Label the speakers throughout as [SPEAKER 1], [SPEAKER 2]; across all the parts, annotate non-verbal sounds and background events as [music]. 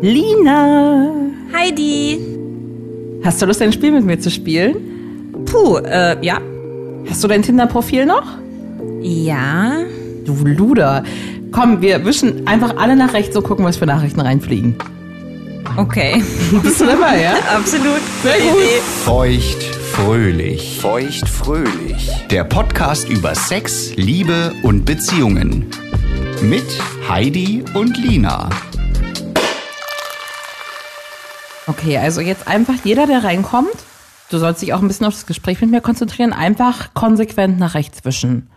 [SPEAKER 1] Lina,
[SPEAKER 2] Heidi.
[SPEAKER 1] hast du Lust, ein Spiel mit mir zu spielen?
[SPEAKER 2] Puh, äh, ja.
[SPEAKER 1] Hast du dein Tinder-Profil noch?
[SPEAKER 2] Ja.
[SPEAKER 1] Du Luder. Komm, wir wischen einfach alle nach rechts und gucken, was für Nachrichten reinfliegen. [laughs]
[SPEAKER 2] Okay.
[SPEAKER 1] Bist du dabei, ja?
[SPEAKER 2] [laughs] Absolut.
[SPEAKER 1] Sehr gut.
[SPEAKER 3] Feucht fröhlich.
[SPEAKER 4] Feucht fröhlich.
[SPEAKER 3] Der Podcast über Sex, Liebe und Beziehungen. Mit Heidi und Lina.
[SPEAKER 1] Okay, also jetzt einfach jeder, der reinkommt, du sollst dich auch ein bisschen auf das Gespräch mit mir konzentrieren, einfach konsequent nach rechts wischen.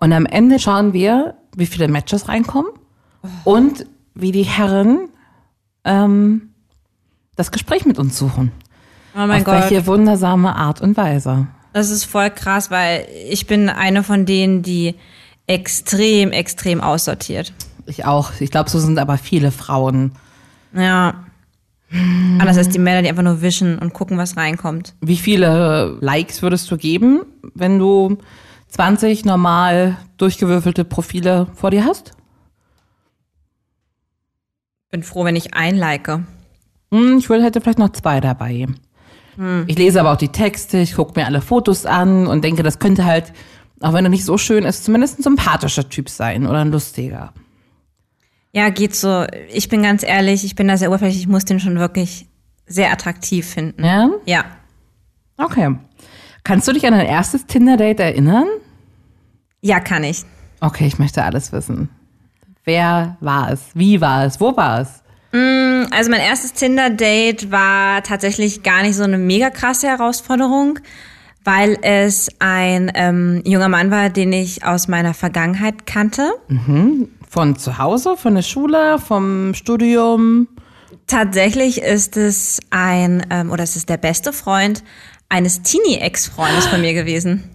[SPEAKER 1] Und am Ende schauen wir, wie viele Matches reinkommen und wie die Herren ähm, das Gespräch mit uns suchen.
[SPEAKER 2] Oh mein
[SPEAKER 1] auf
[SPEAKER 2] Gott.
[SPEAKER 1] welche wundersame Art und Weise.
[SPEAKER 2] Das ist voll krass, weil ich bin eine von denen, die extrem, extrem aussortiert.
[SPEAKER 1] Ich auch. Ich glaube, so sind aber viele Frauen.
[SPEAKER 2] Ja. Anders als die Männer, die einfach nur wischen und gucken, was reinkommt.
[SPEAKER 1] Wie viele Likes würdest du geben, wenn du 20 normal durchgewürfelte Profile vor dir hast?
[SPEAKER 2] Bin froh, wenn ich einlike.
[SPEAKER 1] Hm, ich würde hätte vielleicht noch zwei dabei. Ich lese aber auch die Texte, ich gucke mir alle Fotos an und denke, das könnte halt, auch wenn er nicht so schön ist, zumindest ein sympathischer Typ sein oder ein lustiger.
[SPEAKER 2] Ja, geht so. Ich bin ganz ehrlich, ich bin da sehr oberflächlich. Ich muss den schon wirklich sehr attraktiv finden.
[SPEAKER 1] Ja?
[SPEAKER 2] Ja.
[SPEAKER 1] ne? Okay. Kannst du dich an dein erstes Tinder-Date erinnern?
[SPEAKER 2] Ja, kann ich.
[SPEAKER 1] Okay, ich möchte alles wissen. Wer war es? Wie war es? Wo war es?
[SPEAKER 2] Also mein erstes Tinder-Date war tatsächlich gar nicht so eine mega krasse Herausforderung, weil es ein ähm, junger Mann war, den ich aus meiner Vergangenheit kannte.
[SPEAKER 1] Von zu Hause, von der Schule, vom Studium?
[SPEAKER 2] Tatsächlich ist es ein, ähm, oder es ist der beste Freund eines Teenie-Ex-Freundes von mir gewesen.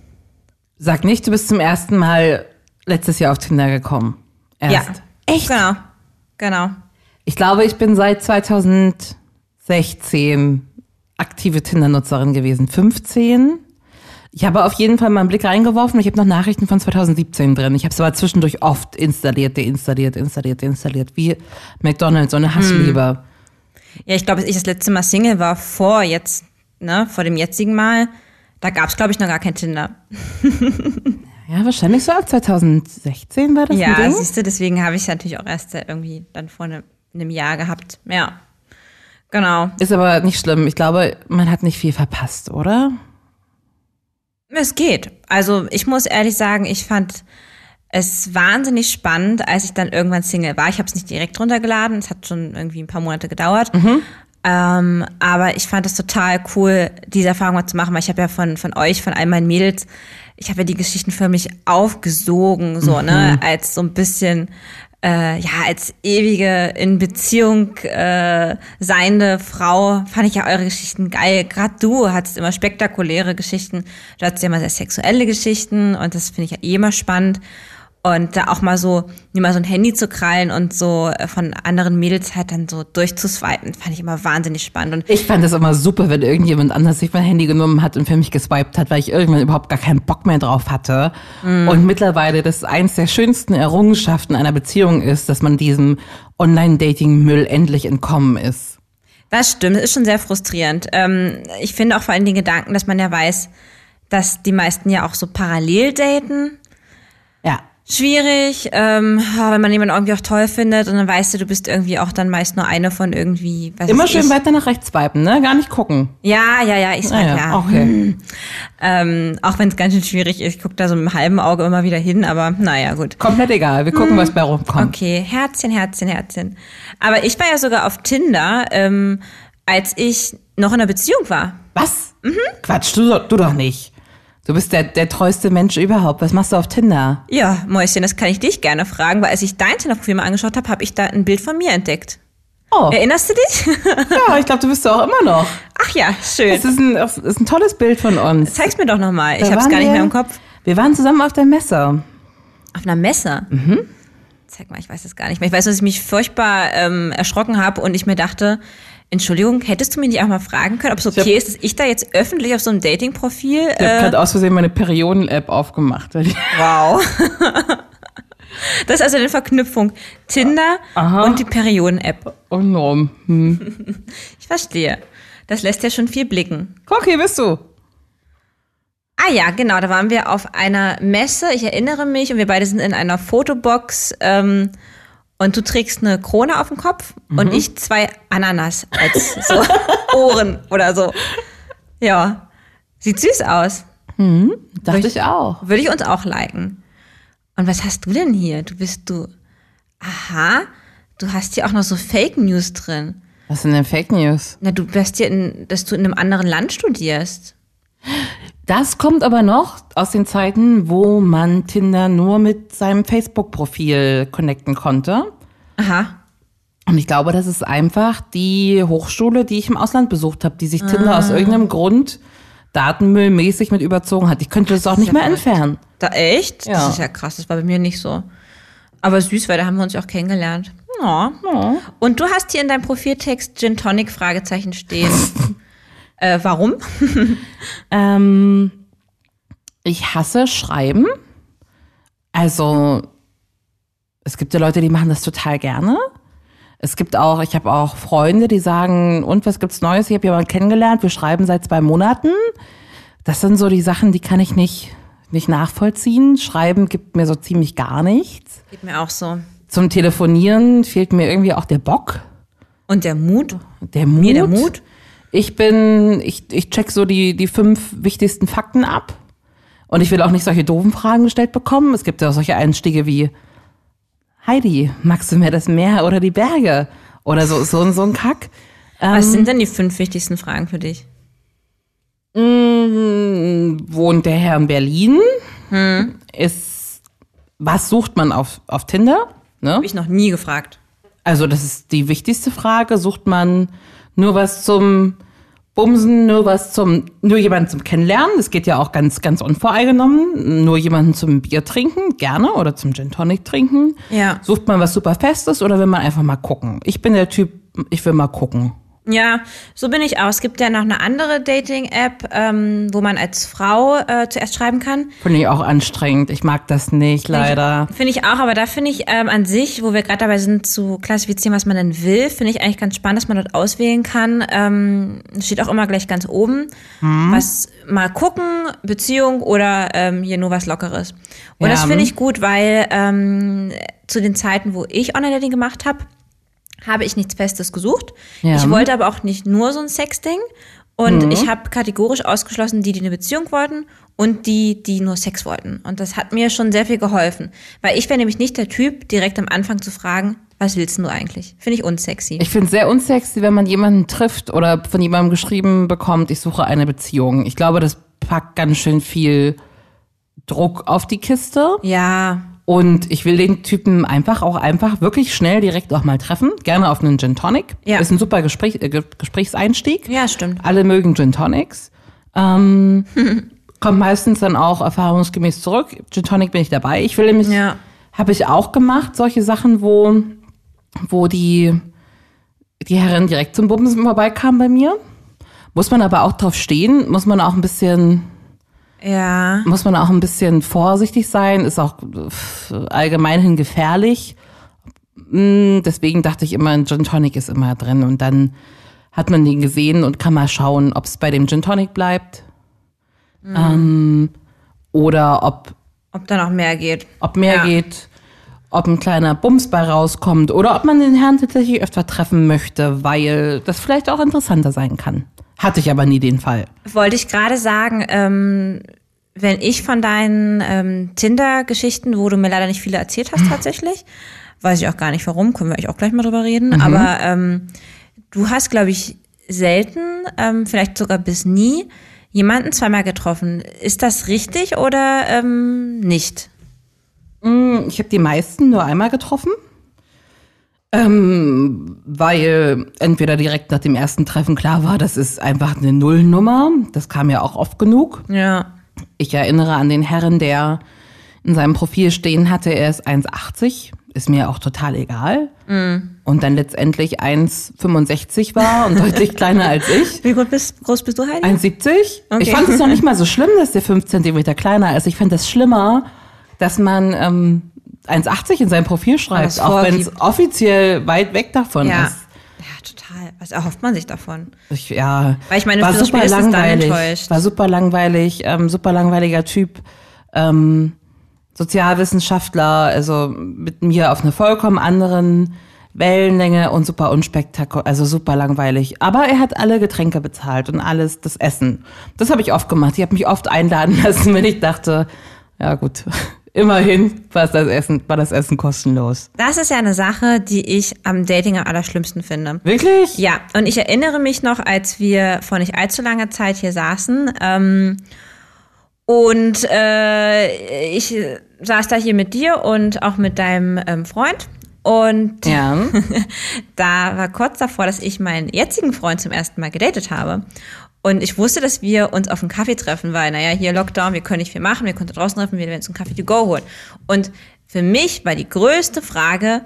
[SPEAKER 1] Sag nicht, du bist zum ersten Mal letztes Jahr auf Tinder gekommen. Erst.
[SPEAKER 2] Ja. Echt? Genau. Genau.
[SPEAKER 1] Ich glaube, ich bin seit 2016 aktive Tinder-Nutzerin gewesen. 15. Ich habe auf jeden Fall mal einen Blick reingeworfen. Ich habe noch Nachrichten von 2017 drin. Ich habe es aber zwischendurch oft installiert, deinstalliert, installiert, deinstalliert. Wie McDonalds, so eine
[SPEAKER 2] Hm.
[SPEAKER 1] Hassliebe.
[SPEAKER 2] Ja, ich glaube, als ich das letzte Mal Single war, vor jetzt, ne, vor dem jetzigen Mal, da gab's glaube ich, noch gar kein Tinder.
[SPEAKER 1] Ja, wahrscheinlich so ab 2016 war das ein
[SPEAKER 2] Ja,
[SPEAKER 1] Ding.
[SPEAKER 2] siehst du, deswegen habe ich natürlich auch erst irgendwie dann vor ne- einem Jahr gehabt. Ja. Genau.
[SPEAKER 1] Ist aber nicht schlimm. Ich glaube, man hat nicht viel verpasst, oder?
[SPEAKER 2] Es geht. Also ich muss ehrlich sagen, ich fand es wahnsinnig spannend, als ich dann irgendwann Single war. Ich habe es nicht direkt runtergeladen, es hat schon irgendwie ein paar Monate gedauert. Ähm, aber ich fand es total cool, diese Erfahrung mal zu machen, weil ich habe ja von, von euch, von all meinen Mädels, ich habe ja die Geschichten förmlich aufgesogen, so, ne, als so ein bisschen, äh, ja, als ewige in Beziehung äh, seiende Frau fand ich ja eure Geschichten geil. Gerade du hattest immer spektakuläre Geschichten, du hattest ja immer sehr sexuelle Geschichten und das finde ich ja eh immer spannend. Und da auch mal so, mir mal so ein Handy zu krallen und so äh, von anderen Mädels halt dann so durchzuswipen, fand ich immer wahnsinnig spannend. Und
[SPEAKER 1] Ich fand das immer super, wenn irgendjemand anders sich mein Handy genommen hat und für mich geswiped hat, weil ich irgendwann überhaupt gar keinen Bock mehr drauf hatte. Und mittlerweile das eins der schönsten Errungenschaften einer Beziehung ist, dass man diesem Online-Dating-Müll endlich entkommen ist.
[SPEAKER 2] Das stimmt, es ist schon sehr frustrierend. Ähm, ich finde auch vor allem den Gedanken, dass man ja weiß, dass die meisten ja auch so parallel daten.
[SPEAKER 1] Ja.
[SPEAKER 2] Schwierig, ähm, wenn man jemanden irgendwie auch toll findet und dann weißt du, du bist irgendwie auch dann meist nur eine von irgendwie. Was
[SPEAKER 1] Immer
[SPEAKER 2] weiß
[SPEAKER 1] schön
[SPEAKER 2] ich.
[SPEAKER 1] weiter nach rechts swipen, ne? Gar nicht gucken.
[SPEAKER 2] Ja, ja, ja, ich sag ja.
[SPEAKER 1] Naja, Ah okay.
[SPEAKER 2] Ähm, auch wenn es ganz schön schwierig ist, ich gucke da so mit einem halben Auge immer wieder hin, aber naja, gut.
[SPEAKER 1] Komplett egal. Wir gucken, was bei rumkommt.
[SPEAKER 2] Okay, Herzchen, Herzchen, Herzchen. Aber ich war ja sogar auf Tinder, ähm, als ich noch in einer Beziehung war.
[SPEAKER 1] Was? Quatsch, du, du doch nicht. Du bist der, der treueste Mensch überhaupt. Was machst du auf Tinder?
[SPEAKER 2] Ja, Mäuschen, das kann ich dich gerne fragen, weil als ich dein Tinder-Profil mal angeschaut habe, habe ich da ein Bild von mir entdeckt.
[SPEAKER 1] Oh,
[SPEAKER 2] Erinnerst du dich? [laughs]
[SPEAKER 1] ja, ich glaube, du bist du auch immer noch.
[SPEAKER 2] Ach ja, schön.
[SPEAKER 1] Es ist ein, es ist ein tolles Bild von uns.
[SPEAKER 2] Zeig's mir doch nochmal. Ich
[SPEAKER 1] Da
[SPEAKER 2] hab's
[SPEAKER 1] waren
[SPEAKER 2] gar nicht
[SPEAKER 1] wir-
[SPEAKER 2] mehr im Kopf.
[SPEAKER 1] Wir waren zusammen auf der Messe.
[SPEAKER 2] Auf einer Messe? Mhm. Zeig mal, ich weiß es gar nicht mehr. Ich weiß, dass ich mich furchtbar ähm, erschrocken habe und ich mir dachte, Entschuldigung, hättest du mir nicht auch mal fragen können, ob es okay ist, dass ich da jetzt öffentlich auf so einem Dating-Profil...
[SPEAKER 1] Ich habe
[SPEAKER 2] Äh,
[SPEAKER 1] [laughs] gerade aus Versehen meine Perioden-App aufgemacht. Weil die,
[SPEAKER 2] wow. [laughs] Das ist also eine Verknüpfung. Tinder und die Perioden-App.
[SPEAKER 1] Enorm. Hm.
[SPEAKER 2] Ich verstehe. Das lässt ja schon viel blicken.
[SPEAKER 1] Guck, hier bist du.
[SPEAKER 2] Ah ja, genau, da waren wir auf einer Messe, ich erinnere mich, und wir beide sind in einer Fotobox. Ähm, und du trägst eine Krone auf dem Kopf und ich zwei Ananas als so [laughs] Ohren oder so. Ja, sieht süß aus.
[SPEAKER 1] Dachte ich auch.
[SPEAKER 2] Würde ich uns auch liken. Und was hast du denn hier? Du bist du. Aha, du hast hier auch noch so Fake News drin.
[SPEAKER 1] Was sind denn Fake News?
[SPEAKER 2] Na, du bist hier in, dass du in einem anderen Land studierst.
[SPEAKER 1] Das kommt aber noch aus den Zeiten, wo man Tinder nur mit seinem Facebook-Profil connecten konnte.
[SPEAKER 2] Aha.
[SPEAKER 1] Und ich glaube, das ist einfach die Hochschule, die ich im Ausland besucht habe, die sich Tinder
[SPEAKER 2] Ah.
[SPEAKER 1] aus irgendeinem Grund datenmüllmäßig mit überzogen hat. Ich könnte es auch nicht mehr entfernen.
[SPEAKER 2] Da echt?
[SPEAKER 1] Ja.
[SPEAKER 2] Das ist ja krass, das war bei mir nicht so. Aber süß, weil da haben wir uns ja auch kennengelernt. Ja. Und du hast hier in deinem Profiltext Gin Tonic Fragezeichen
[SPEAKER 1] [laughs]
[SPEAKER 2] stehen. äh, warum?
[SPEAKER 1] Ähm, ich hasse Schreiben. Also, es gibt ja Leute, die machen das total gerne. Es gibt auch, ich habe auch Freunde, die sagen, und was gibt's Neues? Ich habe jemanden kennengelernt, wir schreiben seit zwei Monaten. Das sind so die Sachen, die kann ich nicht, nicht nachvollziehen. Schreiben gibt mir so ziemlich gar nichts.
[SPEAKER 2] Geht mir auch so.
[SPEAKER 1] Zum Telefonieren fehlt mir irgendwie auch der Bock.
[SPEAKER 2] Und der Mut?
[SPEAKER 1] Der Mut.
[SPEAKER 2] der Mut.
[SPEAKER 1] Ich bin, ich, ich check so die, die fünf wichtigsten Fakten ab. Und ich will auch nicht solche doofen Fragen gestellt bekommen. Es gibt ja auch solche Einstiege wie, Heidi, magst du mehr das Meer oder die Berge? Oder so, so, so ein Kack. Ähm,
[SPEAKER 2] Was sind denn die fünf wichtigsten Fragen für dich?
[SPEAKER 1] Wohnt der Herr in Berlin? Ist, was sucht man auf, auf Tinder? Ne?
[SPEAKER 2] Hab ich noch nie gefragt.
[SPEAKER 1] Also, das ist die wichtigste Frage. Sucht man nur was zum Bumsen, nur was zum, nur jemanden zum Kennenlernen? Das geht ja auch ganz, ganz unvoreingenommen. Nur jemanden zum Bier trinken, gerne, oder zum Gin Tonic trinken.
[SPEAKER 2] Ja.
[SPEAKER 1] Sucht man was super Festes oder will man einfach mal gucken? Ich bin der Typ, ich will mal gucken.
[SPEAKER 2] Ja, so bin ich auch. Es gibt ja noch eine andere Dating-App, ähm, wo man als Frau äh, zuerst schreiben kann.
[SPEAKER 1] Finde ich auch anstrengend. Ich mag das nicht, leider.
[SPEAKER 2] Finde ich auch, aber da finde ich ähm, an sich, wo wir gerade dabei sind zu klassifizieren, was man denn will, finde ich eigentlich ganz spannend, dass man dort auswählen kann. Ähm, steht auch immer gleich ganz oben.
[SPEAKER 1] Hm.
[SPEAKER 2] Was mal gucken, Beziehung oder ähm, hier nur was Lockeres. Und
[SPEAKER 1] Ja,
[SPEAKER 2] das finde
[SPEAKER 1] hm.
[SPEAKER 2] ich gut, weil ähm, zu den Zeiten, wo ich Online-Dating gemacht habe, habe ich nichts Festes gesucht.
[SPEAKER 1] Ja.
[SPEAKER 2] Ich wollte aber auch nicht nur so ein Sexding. Und ich habe kategorisch ausgeschlossen, die, die eine Beziehung wollten und die, die nur Sex wollten. Und das hat mir schon sehr viel geholfen. Weil ich wäre nämlich nicht der Typ, direkt am Anfang zu fragen, was willst denn du eigentlich? Finde ich unsexy.
[SPEAKER 1] Ich finde es sehr unsexy, wenn man jemanden trifft oder von jemandem geschrieben bekommt, ich suche eine Beziehung. Ich glaube, das packt ganz schön viel Druck auf die Kiste.
[SPEAKER 2] ja,
[SPEAKER 1] Und ich will den Typen einfach auch einfach wirklich schnell direkt auch mal treffen. Gerne auf einen Gin Tonic.
[SPEAKER 2] Ja.
[SPEAKER 1] Ist ein super Gespräch, äh, Ge- Gesprächseinstieg.
[SPEAKER 2] ja, stimmt.
[SPEAKER 1] Alle mögen Gin Tonics.
[SPEAKER 2] [laughs]
[SPEAKER 1] Ähm, kommt meistens dann auch erfahrungsgemäß zurück. Gin Tonic bin ich dabei. Ich will nämlich,
[SPEAKER 2] Ja.
[SPEAKER 1] habe ich auch gemacht, solche Sachen, wo, wo die, die Herren direkt zum Bumsen vorbeikamen bei mir. Muss man aber auch drauf stehen, muss man auch ein bisschen
[SPEAKER 2] Ja.
[SPEAKER 1] muss man auch ein bisschen vorsichtig sein, ist auch pff, allgemein hin gefährlich. Mm, Deswegen dachte ich immer, ein Gin Tonic ist immer drin und dann hat man den gesehen und kann mal schauen, ob es bei dem Gin Tonic bleibt ähm, oder ob,
[SPEAKER 2] Ob da noch mehr geht.
[SPEAKER 1] ob mehr
[SPEAKER 2] Ja.
[SPEAKER 1] geht, ob ein kleiner Bums bei rauskommt oder ob man den Herrn tatsächlich öfter treffen möchte, weil das vielleicht auch interessanter sein kann. Hatte ich aber nie den Fall.
[SPEAKER 2] Wollte ich gerade sagen, ähm, wenn ich von deinen ähm, Tinder-Geschichten, wo du mir leider nicht viele erzählt [laughs] hast tatsächlich, weiß ich auch gar nicht warum, können wir eigentlich auch gleich mal drüber reden, aber ähm, du hast, glaube ich, selten, ähm, vielleicht sogar bis nie, jemanden zweimal getroffen. Ist das richtig oder ähm, nicht?
[SPEAKER 1] Ich habe die meisten nur einmal getroffen. Ähm, weil entweder direkt nach dem ersten Treffen klar war, das ist einfach eine Nullnummer. Das kam ja auch oft genug.
[SPEAKER 2] Ja.
[SPEAKER 1] Ich erinnere an den Herren, der in seinem Profil stehen hatte, er ist 1,80. Ist mir auch total egal.
[SPEAKER 2] Mm.
[SPEAKER 1] Und dann letztendlich 1,65 war und
[SPEAKER 2] [laughs]
[SPEAKER 1] deutlich kleiner als ich.
[SPEAKER 2] Wie groß bist, groß bist du, Heidi?
[SPEAKER 1] 1,70?
[SPEAKER 2] Okay.
[SPEAKER 1] Ich fand es noch
[SPEAKER 2] [laughs]
[SPEAKER 1] nicht mal so schlimm, dass der 5 Zentimeter kleiner ist. Ich fand das schlimmer, dass man ähm, 1,80 in sein Profil
[SPEAKER 2] das
[SPEAKER 1] schreibt, auch wenn es
[SPEAKER 2] vorgibt.
[SPEAKER 1] offiziell weit weg davon
[SPEAKER 2] Ja.
[SPEAKER 1] ist.
[SPEAKER 2] ja, total. Was erhofft man sich davon?
[SPEAKER 1] Ich, ja,
[SPEAKER 2] Weil ich meine,
[SPEAKER 1] war
[SPEAKER 2] für das
[SPEAKER 1] super
[SPEAKER 2] Spiel ist es dann
[SPEAKER 1] langweilig,
[SPEAKER 2] enttäuscht.
[SPEAKER 1] war super langweilig, ähm, super langweiliger Typ, ähm, Sozialwissenschaftler, also mit mir auf einer vollkommen anderen Wellenlänge und super unspektakulär, also super langweilig. Aber er hat alle Getränke bezahlt und alles, das Essen. Das habe ich oft gemacht. Ich habe mich oft einladen [laughs] lassen, wenn ich dachte, ja gut, [laughs] immerhin war das Essen, war das Essen kostenlos.
[SPEAKER 2] Das ist ja eine Sache, die ich am Dating am allerschlimmsten finde.
[SPEAKER 1] Wirklich?
[SPEAKER 2] Ja, und ich erinnere mich noch, als wir vor nicht allzu langer Zeit hier saßen ähm, und äh, ich saß da hier mit dir und auch mit deinem ähm, Freund und [laughs]
[SPEAKER 1] Ja.
[SPEAKER 2] da war kurz davor, dass ich meinen jetzigen Freund zum ersten Mal gedatet habe. Und ich wusste, dass wir uns auf einen Kaffee treffen, weil, naja, hier Lockdown, wir können nicht viel machen, wir können da draußen treffen, wir werden uns einen Kaffee to go holen. Und für mich war die größte Frage,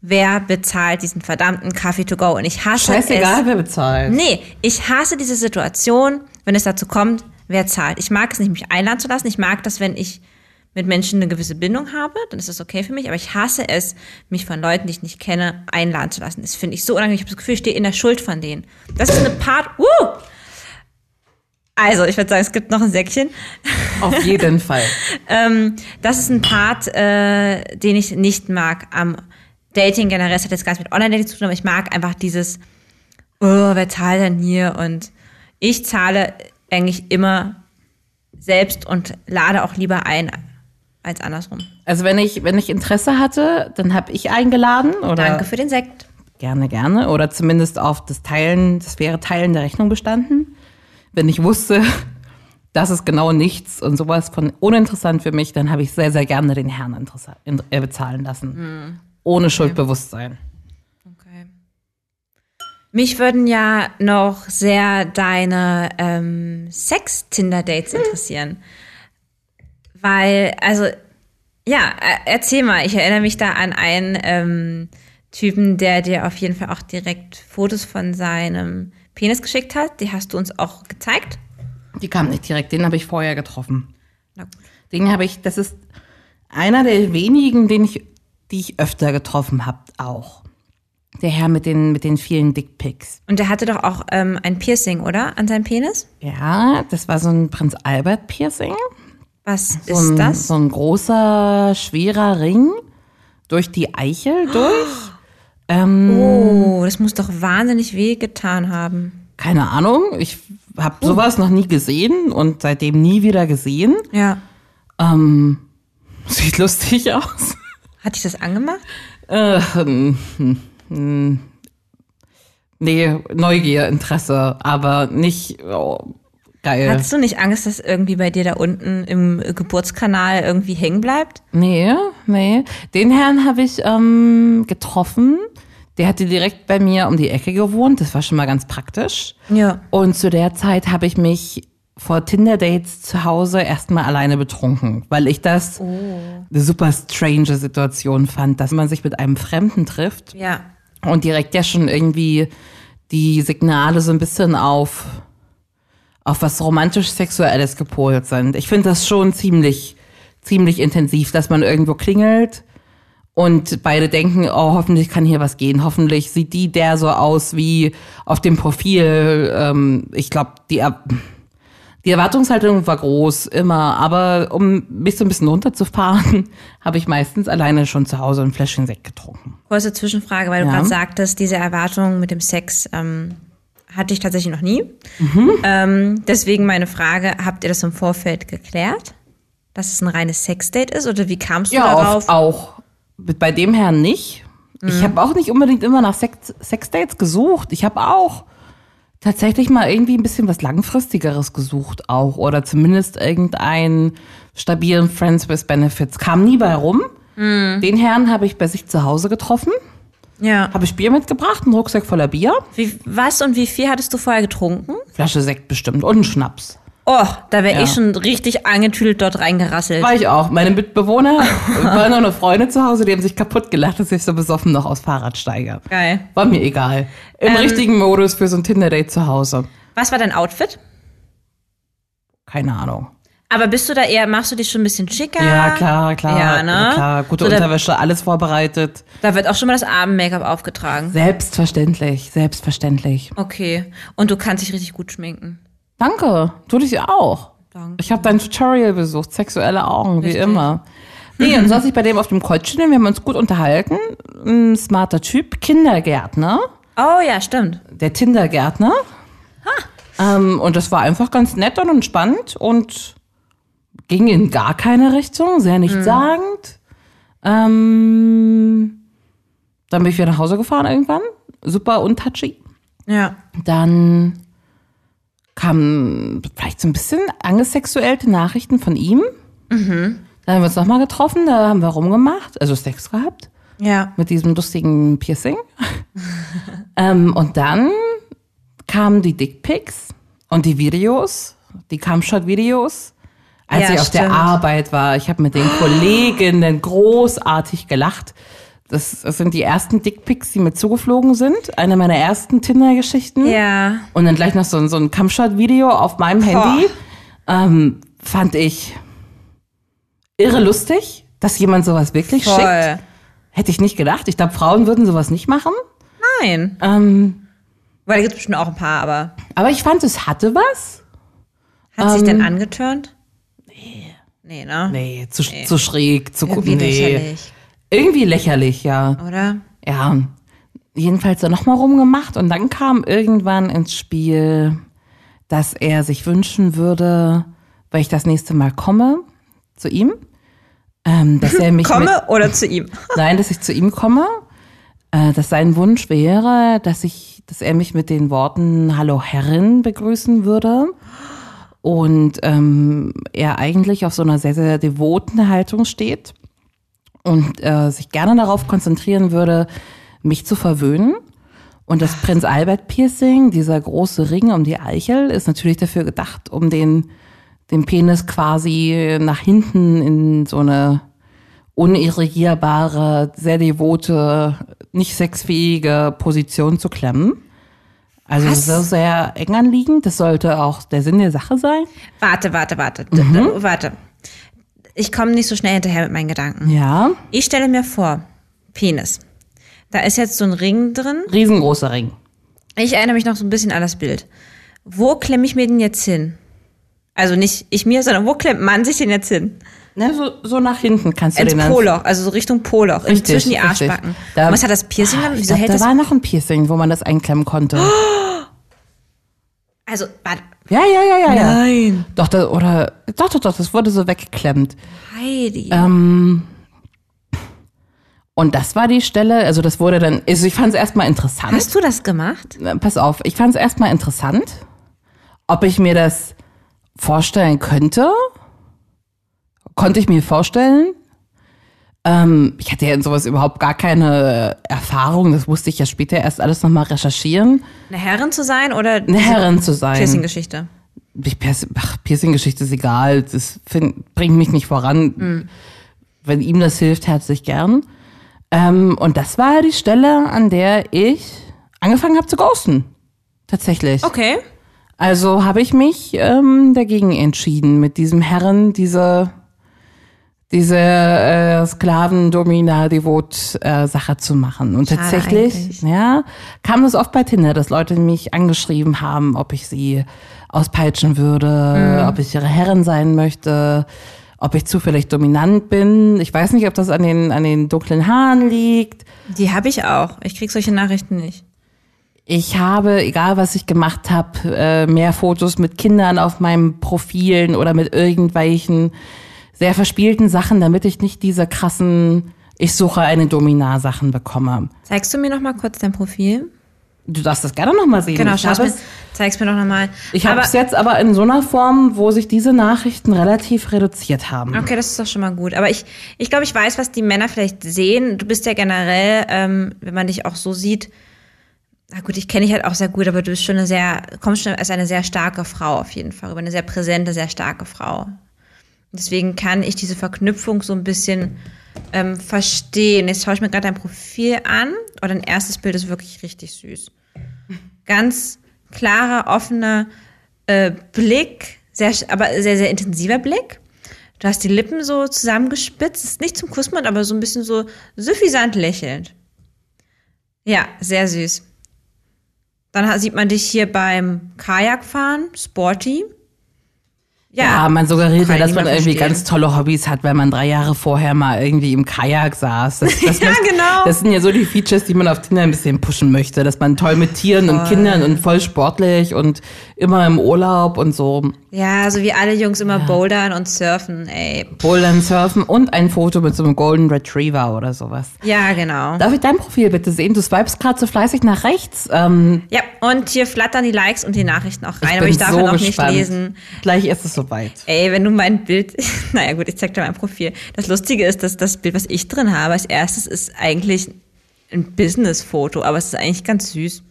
[SPEAKER 2] wer bezahlt diesen verdammten Kaffee to go? Und ich hasse
[SPEAKER 1] Scheißegal, wer bezahlt.
[SPEAKER 2] es. Nee, ich hasse diese Situation, wenn es dazu kommt, wer zahlt. Ich mag es nicht, mich einladen zu lassen. Ich mag das, wenn ich mit Menschen eine gewisse Bindung habe, dann ist das okay für mich. Aber ich hasse es, mich von Leuten, die ich nicht kenne, einladen zu lassen. Das finde ich so unangenehm. Ich habe das Gefühl, ich stehe in der Schuld von denen. Das ist eine Part. Uh! Also, ich würde sagen, es gibt noch ein Säckchen.
[SPEAKER 1] Auf jeden Fall.
[SPEAKER 2] Das ist ein Part, äh, den ich nicht mag am Dating generell. Das hat jetzt gar nichts mit Online-Dating zu tun, aber ich mag einfach dieses, oh, wer zahlt denn hier? Und ich zahle eigentlich immer selbst und lade auch lieber ein als andersrum.
[SPEAKER 1] Also wenn ich, wenn ich Interesse hatte, dann habe ich eingeladen oder
[SPEAKER 2] Danke für den Sekt.
[SPEAKER 1] gerne, gerne. Oder zumindest auf das Teilen, das wäre Teilen der Rechnung bestanden. Wenn ich wusste, [laughs] das ist genau nichts und sowas von uninteressant für mich, dann habe ich sehr, sehr gerne den Herrn interessa- in- äh, bezahlen lassen. Ohne Schuldbewusstsein.
[SPEAKER 2] Okay. Mich würden ja noch sehr deine ähm, Sex-Tinder-Dates
[SPEAKER 1] Hm.
[SPEAKER 2] interessieren. Weil, also, ja, äh, erzähl mal, ich erinnere mich da an einen ähm, Typen, der dir auf jeden Fall auch direkt Fotos von seinem Penis geschickt hat. Die hast du uns auch gezeigt.
[SPEAKER 1] Die kam nicht direkt, den habe ich vorher getroffen.
[SPEAKER 2] Na gut.
[SPEAKER 1] Den habe ich, das ist einer der wenigen, den ich, die ich öfter getroffen habe, auch. Der Herr mit den, mit den vielen Dickpics.
[SPEAKER 2] Und der hatte doch auch ähm, ein Piercing, oder? An seinem Penis?
[SPEAKER 1] Ja, das war so ein Prinz Albert Piercing.
[SPEAKER 2] Was
[SPEAKER 1] So
[SPEAKER 2] ist
[SPEAKER 1] ein,
[SPEAKER 2] das?
[SPEAKER 1] So ein großer, schwerer Ring durch die Eichel durch. Ähm,
[SPEAKER 2] oh, das muss doch wahnsinnig weh getan haben.
[SPEAKER 1] Keine Ahnung, ich habe sowas noch nie gesehen und seitdem nie wieder gesehen.
[SPEAKER 2] Ja.
[SPEAKER 1] Ähm, [laughs] sieht lustig aus.
[SPEAKER 2] Hat dich das angemacht?
[SPEAKER 1] Äh, hm, hm, hm. nee, Neugier, Interesse, aber nicht oh, geil.
[SPEAKER 2] Hattest du nicht Angst, dass irgendwie bei dir da unten im Geburtskanal irgendwie hängen bleibt?
[SPEAKER 1] Nee, nee. Den Herrn habe ich ähm, getroffen. Der hatte direkt bei mir um die Ecke gewohnt. Das war schon mal ganz praktisch.
[SPEAKER 2] Ja.
[SPEAKER 1] Und zu der Zeit habe ich mich vor Tinder-Dates zu Hause erstmal alleine betrunken, weil ich das eine super strange Situation fand, dass man sich mit einem Fremden trifft
[SPEAKER 2] Ja.
[SPEAKER 1] und direkt ja schon irgendwie die Signale so ein bisschen auf, auf was romantisch-sexuelles gepolt sind. Ich finde das schon ziemlich, ziemlich intensiv, dass man irgendwo klingelt und beide denken, oh, hoffentlich kann hier was gehen. Hoffentlich sieht die der so aus wie auf dem Profil. Ähm, ich glaube, die, Er- die Erwartungshaltung war groß, immer. Aber um mich so ein bisschen runterzufahren, [laughs] habe ich meistens alleine schon zu Hause ein Fläschchen Sekt getrunken.
[SPEAKER 2] Kurze Zwischenfrage, weil du
[SPEAKER 1] Ja.
[SPEAKER 2] gerade sagtest, diese Erwartung mit dem Sex ähm, hatte ich tatsächlich noch nie.
[SPEAKER 1] Mhm.
[SPEAKER 2] Ähm, deswegen meine Frage, habt ihr das im Vorfeld geklärt? Dass es ein reines Sexdate ist? Oder wie kamst du
[SPEAKER 1] Ja,
[SPEAKER 2] darauf?
[SPEAKER 1] oft auch. Bei dem Herrn nicht. Ich habe auch nicht unbedingt immer nach Sex, Sexdates gesucht. Ich habe auch tatsächlich mal irgendwie ein bisschen was Langfristigeres gesucht auch. Oder zumindest irgendeinen stabilen Friends with Benefits. Kam nie bei rum. Den Herrn habe ich bei sich zu Hause getroffen.
[SPEAKER 2] Ja.
[SPEAKER 1] Habe ich Bier mitgebracht, einen Rucksack voller Bier.
[SPEAKER 2] Wie, was und wie viel hattest du vorher getrunken?
[SPEAKER 1] Flasche Sekt bestimmt und einen Schnaps.
[SPEAKER 2] Oh, da wäre
[SPEAKER 1] Ja.
[SPEAKER 2] ich schon richtig angetüdelt dort reingerasselt.
[SPEAKER 1] War ich auch. Meine Mitbewohner [laughs] waren auch noch Freunde zu Hause, die haben sich kaputt gelacht, dass ich so besoffen noch aufs Fahrrad steige.
[SPEAKER 2] Geil.
[SPEAKER 1] War mir egal. Im richtigen Modus für so ein Tinder-Date zu Hause.
[SPEAKER 2] Was war dein Outfit?
[SPEAKER 1] Keine Ahnung.
[SPEAKER 2] Aber bist du da eher, machst du dich schon ein bisschen schicker?
[SPEAKER 1] Ja, klar, klar.
[SPEAKER 2] Ja, ne?
[SPEAKER 1] Ah, Ja, klar. Gute
[SPEAKER 2] so, da,
[SPEAKER 1] Unterwäsche, alles vorbereitet.
[SPEAKER 2] da wird auch schon mal das Abend-Make-up aufgetragen.
[SPEAKER 1] Selbstverständlich, selbstverständlich.
[SPEAKER 2] Okay. Und du kannst dich richtig gut schminken.
[SPEAKER 1] Danke, tu dich auch.
[SPEAKER 2] Danke.
[SPEAKER 1] Ich habe dein Tutorial besucht, sexuelle Augen, wie immer. Nee, und saß ich bei dem auf dem Kreuzchen, wir haben uns gut unterhalten. Ein smarter Typ, Kindergärtner,
[SPEAKER 2] Oh ja, stimmt.
[SPEAKER 1] der Tindergärtner. Ähm, und das war einfach ganz nett und entspannt und ging in gar keine Richtung, sehr nichtssagend. Ähm, dann bin ich wieder nach Hause gefahren irgendwann, super untouchy.
[SPEAKER 2] Ja.
[SPEAKER 1] Dann kamen vielleicht so ein bisschen angesexuellte Nachrichten von ihm. Dann haben wir uns nochmal getroffen, da haben wir rumgemacht, also Sex gehabt
[SPEAKER 2] Ja.
[SPEAKER 1] mit diesem lustigen Piercing. [laughs] ähm, und dann kamen die Dickpics und die Videos, die Camshot-Videos. Als
[SPEAKER 2] Ja,
[SPEAKER 1] ich auf der
[SPEAKER 2] stimmt.
[SPEAKER 1] Arbeit war, ich habe mit den Kolleginnen großartig gelacht. Das, das sind die ersten Dickpics, die mir zugeflogen sind. Eine meiner ersten Tinder-Geschichten.
[SPEAKER 2] Ja.
[SPEAKER 1] Und dann gleich noch so, ein- so ein Camshot-Video auf meinem Handy. Ähm, fand ich irre lustig, dass jemand sowas wirklich schickt.
[SPEAKER 2] Voll.
[SPEAKER 1] Hätte ich nicht gedacht. Ich glaube, Frauen würden sowas nicht machen.
[SPEAKER 2] Nein.
[SPEAKER 1] Ähm,
[SPEAKER 2] Weil da gibt es bestimmt auch ein paar, aber
[SPEAKER 1] aber ich fand, es hatte was.
[SPEAKER 2] hat sich denn angeturnt? Nee. Nee, ne?
[SPEAKER 1] Ähm. Nee, zu, zu schräg, zu
[SPEAKER 2] Irgendwie
[SPEAKER 1] nee.
[SPEAKER 2] lächerlich,
[SPEAKER 1] Irgendwie lächerlich, ja.
[SPEAKER 2] oder?
[SPEAKER 1] Ja. Jedenfalls dann nochmal rumgemacht und dann kam irgendwann ins Spiel, dass er sich wünschen würde, weil ich das nächste Mal komme zu ihm, ähm, dass [laughs] er mich mit,
[SPEAKER 2] Komme oder
[SPEAKER 1] [laughs]
[SPEAKER 2] zu ihm?
[SPEAKER 1] Nein, dass ich zu ihm komme, äh, dass sein Wunsch wäre, dass ich, dass er mich mit den Worten Hallo Herrin begrüßen würde. Und ähm, er eigentlich auf so einer sehr, sehr devoten Haltung steht und äh, sich gerne darauf konzentrieren würde, mich zu verwöhnen. Und das Prinz Albert Piercing, dieser große Ring um die Eichel, ist natürlich dafür gedacht, um den, den Penis quasi nach hinten in so eine unirrigierbare, sehr devote, nicht sexfähige Position zu klemmen. Also
[SPEAKER 2] Was?
[SPEAKER 1] so sehr eng anliegend, das sollte auch der Sinn der Sache sein.
[SPEAKER 2] Warte, warte, warte. D-
[SPEAKER 1] Mhm.
[SPEAKER 2] d- Warte. Ich komme nicht so schnell hinterher mit meinen Gedanken.
[SPEAKER 1] Ja,
[SPEAKER 2] Ich stelle mir vor, Penis. Da ist jetzt so ein Ring drin.
[SPEAKER 1] riesengroßer Ring.
[SPEAKER 2] Ich erinnere mich noch so ein bisschen an das Bild. Wo klemme ich mir den jetzt hin? Also nicht ich mir, sondern wo klemmt man sich den jetzt hin?
[SPEAKER 1] Ne, so, so nach hinten kannst du
[SPEAKER 2] Ins
[SPEAKER 1] den dann
[SPEAKER 2] Poloch, also so Richtung Poloch, in
[SPEAKER 1] Richtig,
[SPEAKER 2] zwischen die
[SPEAKER 1] richtig.
[SPEAKER 2] Arschbacken.
[SPEAKER 1] Da- Ah,
[SPEAKER 2] Und was hat das Piercing dann?
[SPEAKER 1] Ich
[SPEAKER 2] Wieso
[SPEAKER 1] glaub,
[SPEAKER 2] hält
[SPEAKER 1] da
[SPEAKER 2] das?
[SPEAKER 1] war noch ein Piercing, wo man das einklemmen konnte.
[SPEAKER 2] Also, warte.
[SPEAKER 1] Ja, ja, ja, ja, ja.
[SPEAKER 2] Nein.
[SPEAKER 1] Doch, da, oder, doch, doch, doch, das wurde so weggeklemmt.
[SPEAKER 2] Heidi.
[SPEAKER 1] Ähm. Und das war die Stelle, also das wurde dann, also ich fand es erstmal interessant.
[SPEAKER 2] Hast du das gemacht?
[SPEAKER 1] Na, Pass auf, ich fand es erstmal interessant, ob ich mir das vorstellen könnte. Konnte ich mir vorstellen. Ähm, ich hatte ja in sowas überhaupt gar keine Erfahrung, das musste ich ja später erst alles nochmal recherchieren.
[SPEAKER 2] Eine Herrin zu sein oder
[SPEAKER 1] Eine Herrin zu sein.
[SPEAKER 2] Piercing-Geschichte?
[SPEAKER 1] ich Pierc- ach, Piercing-Geschichte ist egal, das find, bringt mich nicht voran. Wenn ihm das hilft, herzlich gern. Ähm, und das war die Stelle, an der ich angefangen habe zu ghosten. Tatsächlich.
[SPEAKER 2] Okay.
[SPEAKER 1] Also habe ich mich ähm, dagegen entschieden, mit diesem Herren diese, diese äh, Sklaven-Domina-Devot-Sache zu machen. Und tatsächlich
[SPEAKER 2] eigentlich.
[SPEAKER 1] ja, kam das oft bei Tinder, dass Leute mich angeschrieben haben, ob ich sie auspeitschen würde, ob ich ihre Herrin sein möchte, ob ich zufällig dominant bin. Ich weiß nicht, ob das an den, an den dunklen Haaren liegt.
[SPEAKER 2] Die habe ich auch. Ich krieg solche Nachrichten nicht.
[SPEAKER 1] Ich habe, egal was ich gemacht habe, äh, mehr Fotos mit Kindern auf meinen Profilen oder mit irgendwelchen sehr verspielten Sachen, damit ich nicht diese krassen, ich suche eine Dominar-Sachen bekomme.
[SPEAKER 2] Zeigst du mir noch mal kurz dein Profil?
[SPEAKER 1] Du darfst das gerne nochmal sehen.
[SPEAKER 2] Genau,
[SPEAKER 1] ich habe
[SPEAKER 2] schau mir.
[SPEAKER 1] es
[SPEAKER 2] Zeig's mir doch noch mal.
[SPEAKER 1] ich habe
[SPEAKER 2] Aber-
[SPEAKER 1] es jetzt aber in so einer Form, wo sich diese Nachrichten relativ reduziert haben.
[SPEAKER 2] Okay, das ist doch schon mal gut. Aber ich, ich glaube, ich weiß, was die Männer vielleicht sehen. Du bist ja generell, ähm, wenn man dich auch so sieht, na gut, ich kenne dich halt auch sehr gut, aber du bist schon eine sehr, kommst schon als eine sehr starke Frau auf jeden Fall, über eine sehr präsente, sehr starke Frau. Deswegen kann ich diese Verknüpfung so ein bisschen ähm, verstehen. Jetzt schaue ich mir gerade dein Profil an. Oh, dein erstes Bild ist wirklich richtig süß. Ganz klarer, offener äh, Blick, sehr, aber sehr, sehr intensiver Blick. Du hast die Lippen so zusammengespitzt, ist nicht zum Kussmund, aber so ein bisschen so suffisant lächelnd. Ja, sehr süß. Dann ha- sieht man dich hier beim Kajakfahren, sporty.
[SPEAKER 1] Ja, man suggeriert
[SPEAKER 2] kann
[SPEAKER 1] ja, dass man
[SPEAKER 2] niemand
[SPEAKER 1] irgendwie
[SPEAKER 2] verstehen.
[SPEAKER 1] ganz tolle Hobbys hat, wenn man drei Jahre vorher mal irgendwie im Kajak saß.
[SPEAKER 2] [laughs]
[SPEAKER 1] Das, das
[SPEAKER 2] Ja, genau.
[SPEAKER 1] Das sind ja so die Features, die man auf Tinder ein bisschen pushen möchte, dass man toll mit Tieren und Kindern und voll sportlich und immer im Urlaub und so
[SPEAKER 2] Ja, so wie alle Jungs immer bouldern und surfen, ey.
[SPEAKER 1] Bouldern, Surfen und ein Foto mit so einem Golden Retriever oder sowas.
[SPEAKER 2] Ja, genau.
[SPEAKER 1] Darf ich dein Profil bitte sehen? Du swipest gerade so fleißig nach rechts. Ähm,
[SPEAKER 2] Ja, und hier flattern die Likes und die Nachrichten auch rein,
[SPEAKER 1] ich
[SPEAKER 2] aber
[SPEAKER 1] bin
[SPEAKER 2] ich darf
[SPEAKER 1] so
[SPEAKER 2] ja noch
[SPEAKER 1] gespannt.
[SPEAKER 2] nicht lesen.
[SPEAKER 1] Gleich ist es soweit.
[SPEAKER 2] Ey, wenn du mein Bild, [laughs] naja gut, ich zeig dir mein Profil. Das Lustige ist, dass das Bild, was ich drin habe, als erstes ist eigentlich ein Business-Foto, aber es ist eigentlich ganz süß.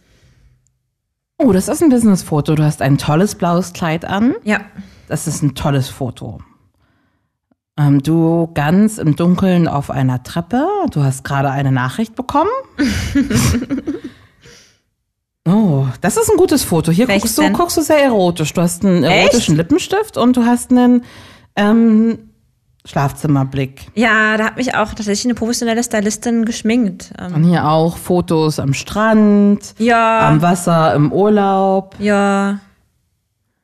[SPEAKER 1] Oh, das ist ein Businessfoto. Du hast ein tolles blaues Kleid an.
[SPEAKER 2] Ja,
[SPEAKER 1] Das ist ein tolles Foto. Ähm, du ganz im Dunkeln auf einer Treppe. Du hast gerade eine Nachricht
[SPEAKER 2] [laughs]
[SPEAKER 1] bekommen. oh, das ist ein gutes Foto. Hier
[SPEAKER 2] Welches
[SPEAKER 1] guckst du,
[SPEAKER 2] denn?
[SPEAKER 1] guckst du sehr erotisch. Du hast einen erotischen Lippenstift und du hast einen ähm, Schlafzimmerblick.
[SPEAKER 2] ja, da hat mich auch tatsächlich eine professionelle Stylistin geschminkt. Ähm,
[SPEAKER 1] Und hier auch Fotos am Strand,
[SPEAKER 2] ja,
[SPEAKER 1] am Wasser, im Urlaub.
[SPEAKER 2] ja,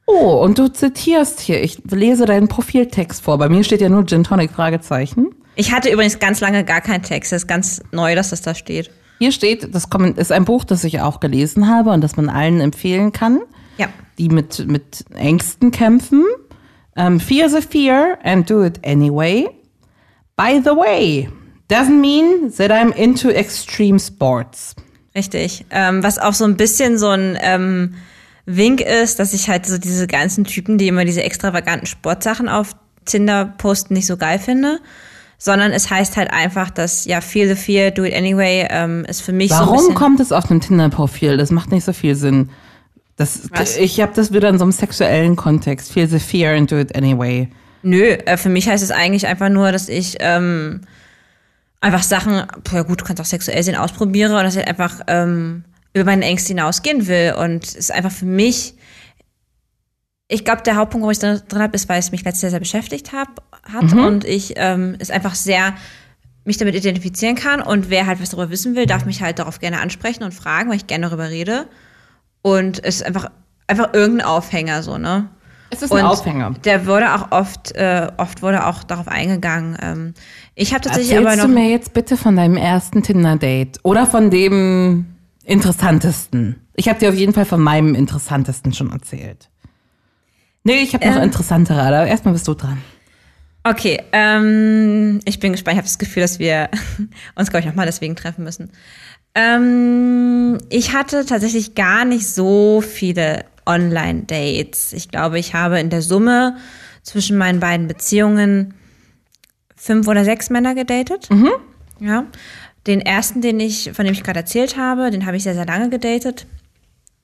[SPEAKER 1] Oh, und du zitierst hier. Ich lese deinen Profiltext vor. Bei mir steht ja nur Gin Tonic Fragezeichen.
[SPEAKER 2] Ich hatte übrigens ganz lange gar keinen Text. Das ist ganz neu, dass das da steht.
[SPEAKER 1] Hier steht, das kommen- ist ein Buch, das ich auch gelesen habe und das man allen empfehlen kann,
[SPEAKER 2] Ja.
[SPEAKER 1] die mit, mit Ängsten kämpfen. Ähm, Fear is a fear and do it anyway. By the way, doesn't mean that I'm into extreme sports.
[SPEAKER 2] Richtig. Ähm, was auch so ein bisschen so ein ähm, Wink ist, dass ich halt so diese ganzen Typen, die immer diese extravaganten Sportsachen auf Tinder posten, nicht so geil finde. Sondern es heißt halt einfach, dass ja feel the fear, do it anyway, ähm, ist für mich so ein
[SPEAKER 1] Warum
[SPEAKER 2] bisschen.
[SPEAKER 1] kommt es auf einem Tinder-Profil? Das macht nicht so viel Sinn. Das,
[SPEAKER 2] Was?
[SPEAKER 1] ich habe das wieder in so einem sexuellen Kontext. Fear is a fear and do it anyway.
[SPEAKER 2] Nö, äh, für mich heißt es eigentlich einfach nur, dass ich ähm, einfach Sachen, puh, ja gut, du kannst auch sexuell sehen, ausprobiere und dass ich einfach ähm, über meine Ängste hinausgehen will. Und es ist einfach für mich, ich glaube, der Hauptpunkt, warum ich da drin habe, ist, weil es mich letztes Jahr sehr beschäftigt hab, hat und ich ähm, es einfach sehr mich damit identifizieren kann und wer halt was darüber wissen will, darf mich halt darauf gerne ansprechen und fragen, weil ich gerne darüber rede. Und es ist einfach, einfach irgendein Aufhänger so, ne?
[SPEAKER 1] Es ist ein
[SPEAKER 2] Und
[SPEAKER 1] Aufhänger.
[SPEAKER 2] Der wurde auch oft, äh, oft wurde auch darauf eingegangen. Ähm, ich habe tatsächlich
[SPEAKER 1] Erzählst
[SPEAKER 2] aber
[SPEAKER 1] du
[SPEAKER 2] noch.
[SPEAKER 1] mir jetzt bitte von deinem ersten Tinder-Date oder von dem interessantesten? Ich habe dir auf jeden Fall von meinem interessantesten schon erzählt. Nee, ich habe noch
[SPEAKER 2] Ähm.
[SPEAKER 1] interessantere, aber erstmal bist du dran.
[SPEAKER 2] Okay, ähm, ich bin gespannt. Ich habe das Gefühl, dass wir [laughs] uns, glaube ich, nochmal deswegen treffen müssen. Ähm, ich hatte tatsächlich gar nicht so viele Online-Dates. Ich glaube, ich habe in der Summe zwischen meinen beiden Beziehungen fünf oder sechs Männer gedatet. Ja. Den ersten, den ich, von dem ich gerade erzählt habe, den habe ich sehr, sehr lange gedatet.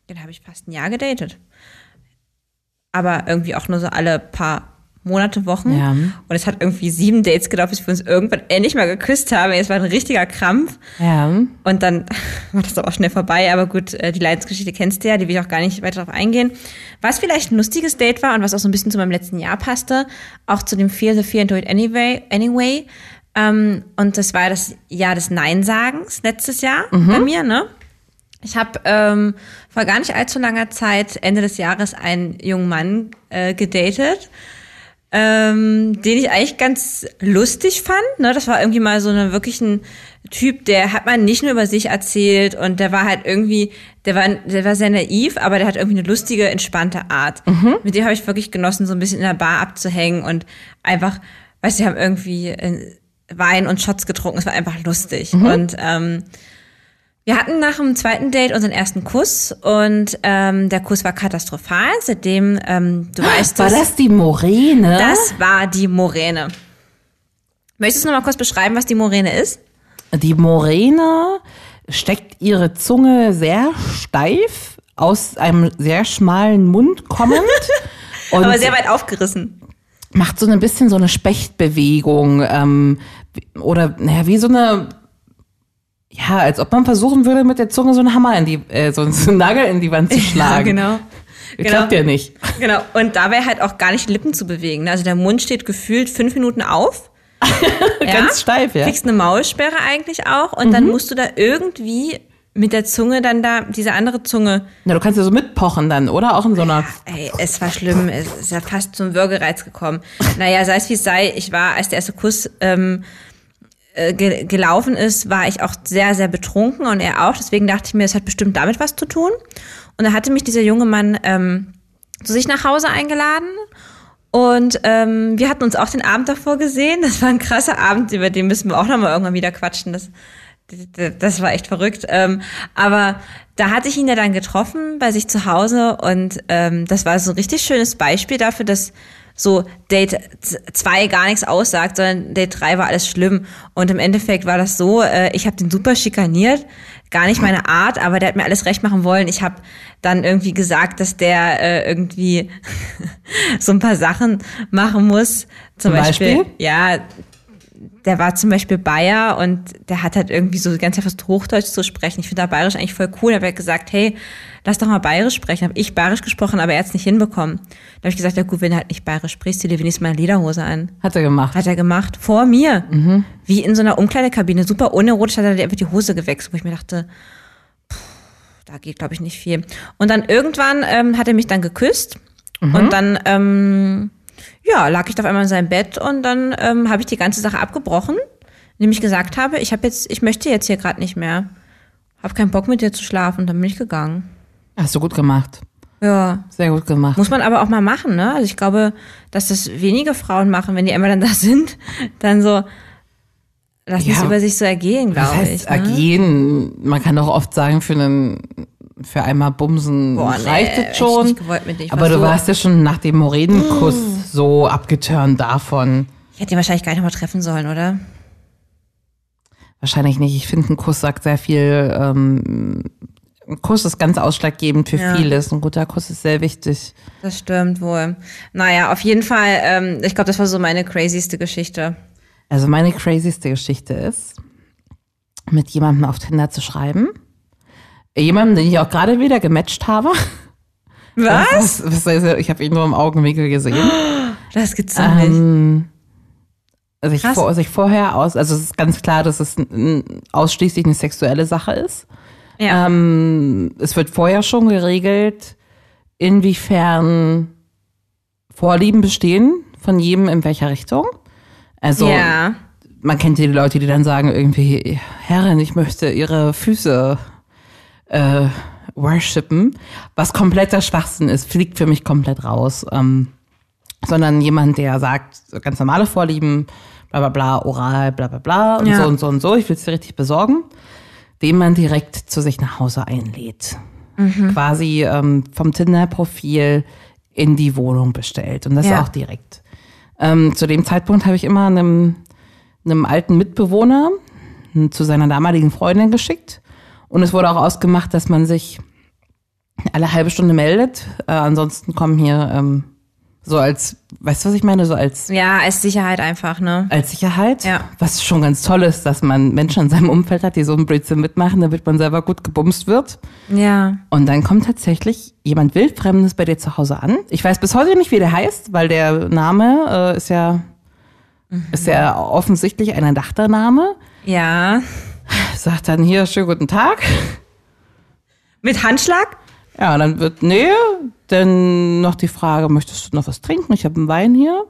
[SPEAKER 2] Den habe ich fast ein Jahr gedatet. Aber irgendwie auch nur so alle paar Monate, Wochen.
[SPEAKER 1] Ja.
[SPEAKER 2] Und es hat irgendwie sieben Dates gedauert, bis wir uns irgendwann endlich mal geküsst haben. Es war ein richtiger Krampf.
[SPEAKER 1] Ja.
[SPEAKER 2] Und dann [laughs] war das aber auch schnell vorbei. Aber gut, äh, die Leidensgeschichte kennst du ja, die will ich auch gar nicht weiter darauf eingehen. Was vielleicht ein lustiges Date war und was auch so ein bisschen zu meinem letzten Jahr passte, auch zu dem Feel the Fear and Do It Anyway. anyway ähm, und das war das Jahr des Neinsagens letztes Jahr bei mir, ne? Ich habe ähm, vor gar nicht allzu langer Zeit, Ende des Jahres, einen jungen Mann äh, gedatet, ähm, den ich eigentlich ganz lustig fand. Ne? Das war irgendwie mal so eine, wirklich ein Typ, der hat man nicht nur über sich erzählt und der war halt irgendwie, der war, der war sehr naiv, aber der hat irgendwie eine lustige, entspannte Art. Mit dem habe ich wirklich genossen, so ein bisschen in der Bar abzuhängen und einfach, weißt du, wir haben irgendwie äh, Wein und Shots getrunken. Es war einfach lustig. Und ähm, wir hatten nach dem zweiten Date unseren ersten Kuss und ähm, der Kuss war katastrophal. Seitdem, ähm, du weißt
[SPEAKER 1] War
[SPEAKER 2] es,
[SPEAKER 1] das die Morene?
[SPEAKER 2] das war die Moräne. Möchtest du noch mal kurz beschreiben, was die Moräne ist?
[SPEAKER 1] Die Morene steckt ihre Zunge sehr steif aus einem sehr schmalen Mund kommend. und
[SPEAKER 2] [laughs] Aber sehr weit aufgerissen.
[SPEAKER 1] macht so ein bisschen so eine Spechtbewegung ähm, oder naja, wie so eine [laughs] ja, als ob man versuchen würde, mit der Zunge so einen Hammer in die, äh, so einen Nagel in die Wand zu schlagen.
[SPEAKER 2] [laughs] genau.
[SPEAKER 1] Genau. Klappt ja nicht.
[SPEAKER 2] Genau. Und dabei halt auch gar nicht Lippen zu bewegen. ne? Also der Mund steht gefühlt fünf Minuten auf.
[SPEAKER 1] [laughs] Ganz steif, ja. Mhm.
[SPEAKER 2] Kriegst eine Maulsperre eigentlich auch. Und dann musst du da irgendwie mit der Zunge dann da, diese andere Zunge.
[SPEAKER 1] Na, du kannst ja so mitpochen dann, oder? Auch in so einer.
[SPEAKER 2] Ey, es war schlimm. Es ist ja fast zum Würgereiz gekommen. Naja, sei es wie es sei. Ich war, als der erste Kuss ähm, äh, ge gelaufen ist, war ich auch sehr, sehr betrunken und er auch. Deswegen dachte ich mir, es hat bestimmt damit was zu tun. Und da hatte mich dieser junge Mann ähm, zu sich nach Hause eingeladen. Und ähm, wir hatten uns auch den Abend davor gesehen. Das war ein krasser Abend, über den müssen wir auch nochmal irgendwann wieder quatschen. Das, d- das war echt verrückt. Ähm, aber da hatte ich ihn ja dann getroffen bei sich zu Hause und ähm, das war so ein richtig schönes Beispiel dafür, dass so Date 2 gar nichts aussagt, sondern Date 3 war alles schlimm. Und im Endeffekt war das so, äh, ich habe den super schikaniert, gar nicht meine Art, aber der hat mir alles recht machen wollen. Ich habe dann irgendwie gesagt, dass der äh, irgendwie [laughs] so ein paar Sachen machen muss.
[SPEAKER 1] Zum
[SPEAKER 2] Zum,
[SPEAKER 1] Beispiel?
[SPEAKER 2] Beispiel, ja, der war zum Beispiel Bayer und der hat halt irgendwie so die ganze Zeit versucht, Hochdeutsch zu sprechen. Ich finde da Bayerisch eigentlich voll cool. Da habe ich gesagt, hey, lass doch mal Bayerisch sprechen. Habe ich Bayerisch gesprochen, aber er hat es nicht hinbekommen. Da habe ich gesagt, ja gut, wenn du halt nicht Bayerisch sprichst, zieh dir wenigstens mal eine Lederhose an.
[SPEAKER 1] Hat er gemacht.
[SPEAKER 2] Hat er gemacht, vor mir. Wie in so einer Umkleidekabine, super unerotisch, hat er dir einfach die Hose gewechselt, wo ich mir dachte, da geht, glaube ich, nicht viel. Und dann irgendwann ähm, hat er mich dann geküsst und dann ähm, ja, lag ich da auf einmal in seinem Bett und dann ähm, habe ich die ganze Sache abgebrochen, indem ich gesagt habe, ich habe jetzt, ich möchte jetzt hier gerade nicht mehr. Hab keinen Bock mit dir zu schlafen, dann bin ich gegangen.
[SPEAKER 1] Hast du gut gemacht.
[SPEAKER 2] Ja.
[SPEAKER 1] Sehr gut gemacht.
[SPEAKER 2] Muss man aber auch mal machen, ne? Also ich glaube, dass das wenige Frauen machen, wenn die einmal dann da sind, [laughs] dann so lassen
[SPEAKER 1] Ja.
[SPEAKER 2] es über sich so ergehen,
[SPEAKER 1] das
[SPEAKER 2] glaube
[SPEAKER 1] heißt,
[SPEAKER 2] ich. Ne?
[SPEAKER 1] ergehen, man kann doch oft sagen, für einen, für einmal Bumsen
[SPEAKER 2] Boah, nee,
[SPEAKER 1] reicht
[SPEAKER 2] hätte
[SPEAKER 1] es
[SPEAKER 2] ich
[SPEAKER 1] schon.
[SPEAKER 2] nicht gewollt mit dir. Ich
[SPEAKER 1] Aber
[SPEAKER 2] war
[SPEAKER 1] du
[SPEAKER 2] so- Mm.
[SPEAKER 1] warst ja schon nach dem Moredenkuss so abgeturnt davon.
[SPEAKER 2] Ich hätte ihn wahrscheinlich gar nicht nochmal treffen sollen, oder?
[SPEAKER 1] Wahrscheinlich nicht. Ich finde, ein Kuss sagt sehr viel. Ähm, ein Kuss ist ganz ausschlaggebend für
[SPEAKER 2] Ja.
[SPEAKER 1] vieles. Ein guter Kuss ist sehr wichtig.
[SPEAKER 2] Das stimmt wohl. Naja, auf jeden Fall, ähm, ich glaube, das war so meine crazyste Geschichte.
[SPEAKER 1] Also meine crazyste Geschichte ist, mit jemandem auf Tinder zu schreiben. Jemandem, den ich auch gerade wieder gematcht habe.
[SPEAKER 2] Was?
[SPEAKER 1] Das, das ist, ich habe ihn nur im Augenwinkel gesehen.
[SPEAKER 2] Das gibt's doch Ah, nicht.
[SPEAKER 1] Ähm, also ich
[SPEAKER 2] Krass.
[SPEAKER 1] vor, sich vorher aus, also es ist ganz klar, dass es n- n- ausschließlich eine sexuelle Sache ist. ähm,
[SPEAKER 2] Ja.
[SPEAKER 1] Es wird vorher schon geregelt, inwiefern Vorlieben bestehen von jedem in welcher Richtung. Also
[SPEAKER 2] ja.
[SPEAKER 1] man kennt ja die Leute, die dann sagen irgendwie, Herrin, ich möchte ihre Füße äh, worshipen, was kompletter Schwachsinn ist, fliegt für mich komplett raus. Ähm, sondern jemand, der sagt, so ganz normale Vorlieben, bla bla bla, oral, bla bla bla und
[SPEAKER 2] Ja.
[SPEAKER 1] so und so und so, ich will es dir richtig besorgen, den man direkt zu sich nach Hause einlädt. Quasi ähm, vom Tinder-Profil in die Wohnung bestellt und das
[SPEAKER 2] Ja.
[SPEAKER 1] auch direkt. Ähm, zu dem Zeitpunkt habe ich immer einem, einem alten Mitbewohner hm, zu seiner damaligen Freundin geschickt und es wurde auch ausgemacht, dass man sich alle halbe Stunde meldet. Äh, ansonsten kommen hier ähm, so als, weißt du, was ich meine, so als,
[SPEAKER 2] Ja, als Sicherheit einfach, ne?
[SPEAKER 1] als Sicherheit.
[SPEAKER 2] Ja.
[SPEAKER 1] Was schon ganz toll ist, dass man Menschen in seinem Umfeld hat, die so einen Blödsinn mitmachen, damit man selber gut gebumst wird.
[SPEAKER 2] Ja.
[SPEAKER 1] Und dann kommt tatsächlich jemand Wildfremdes bei dir zu Hause an. Ich weiß bis heute nicht, wie der heißt, weil der Name äh, ist ja
[SPEAKER 2] Mhm.
[SPEAKER 1] ist ja offensichtlich ein erdachter Name.
[SPEAKER 2] Ja.
[SPEAKER 1] Sagt dann hier, schönen guten Tag.
[SPEAKER 2] Mit Handschlag?
[SPEAKER 1] Ja, dann wird, nee, dann noch die Frage, möchtest du noch was trinken? Ich habe einen Wein hier.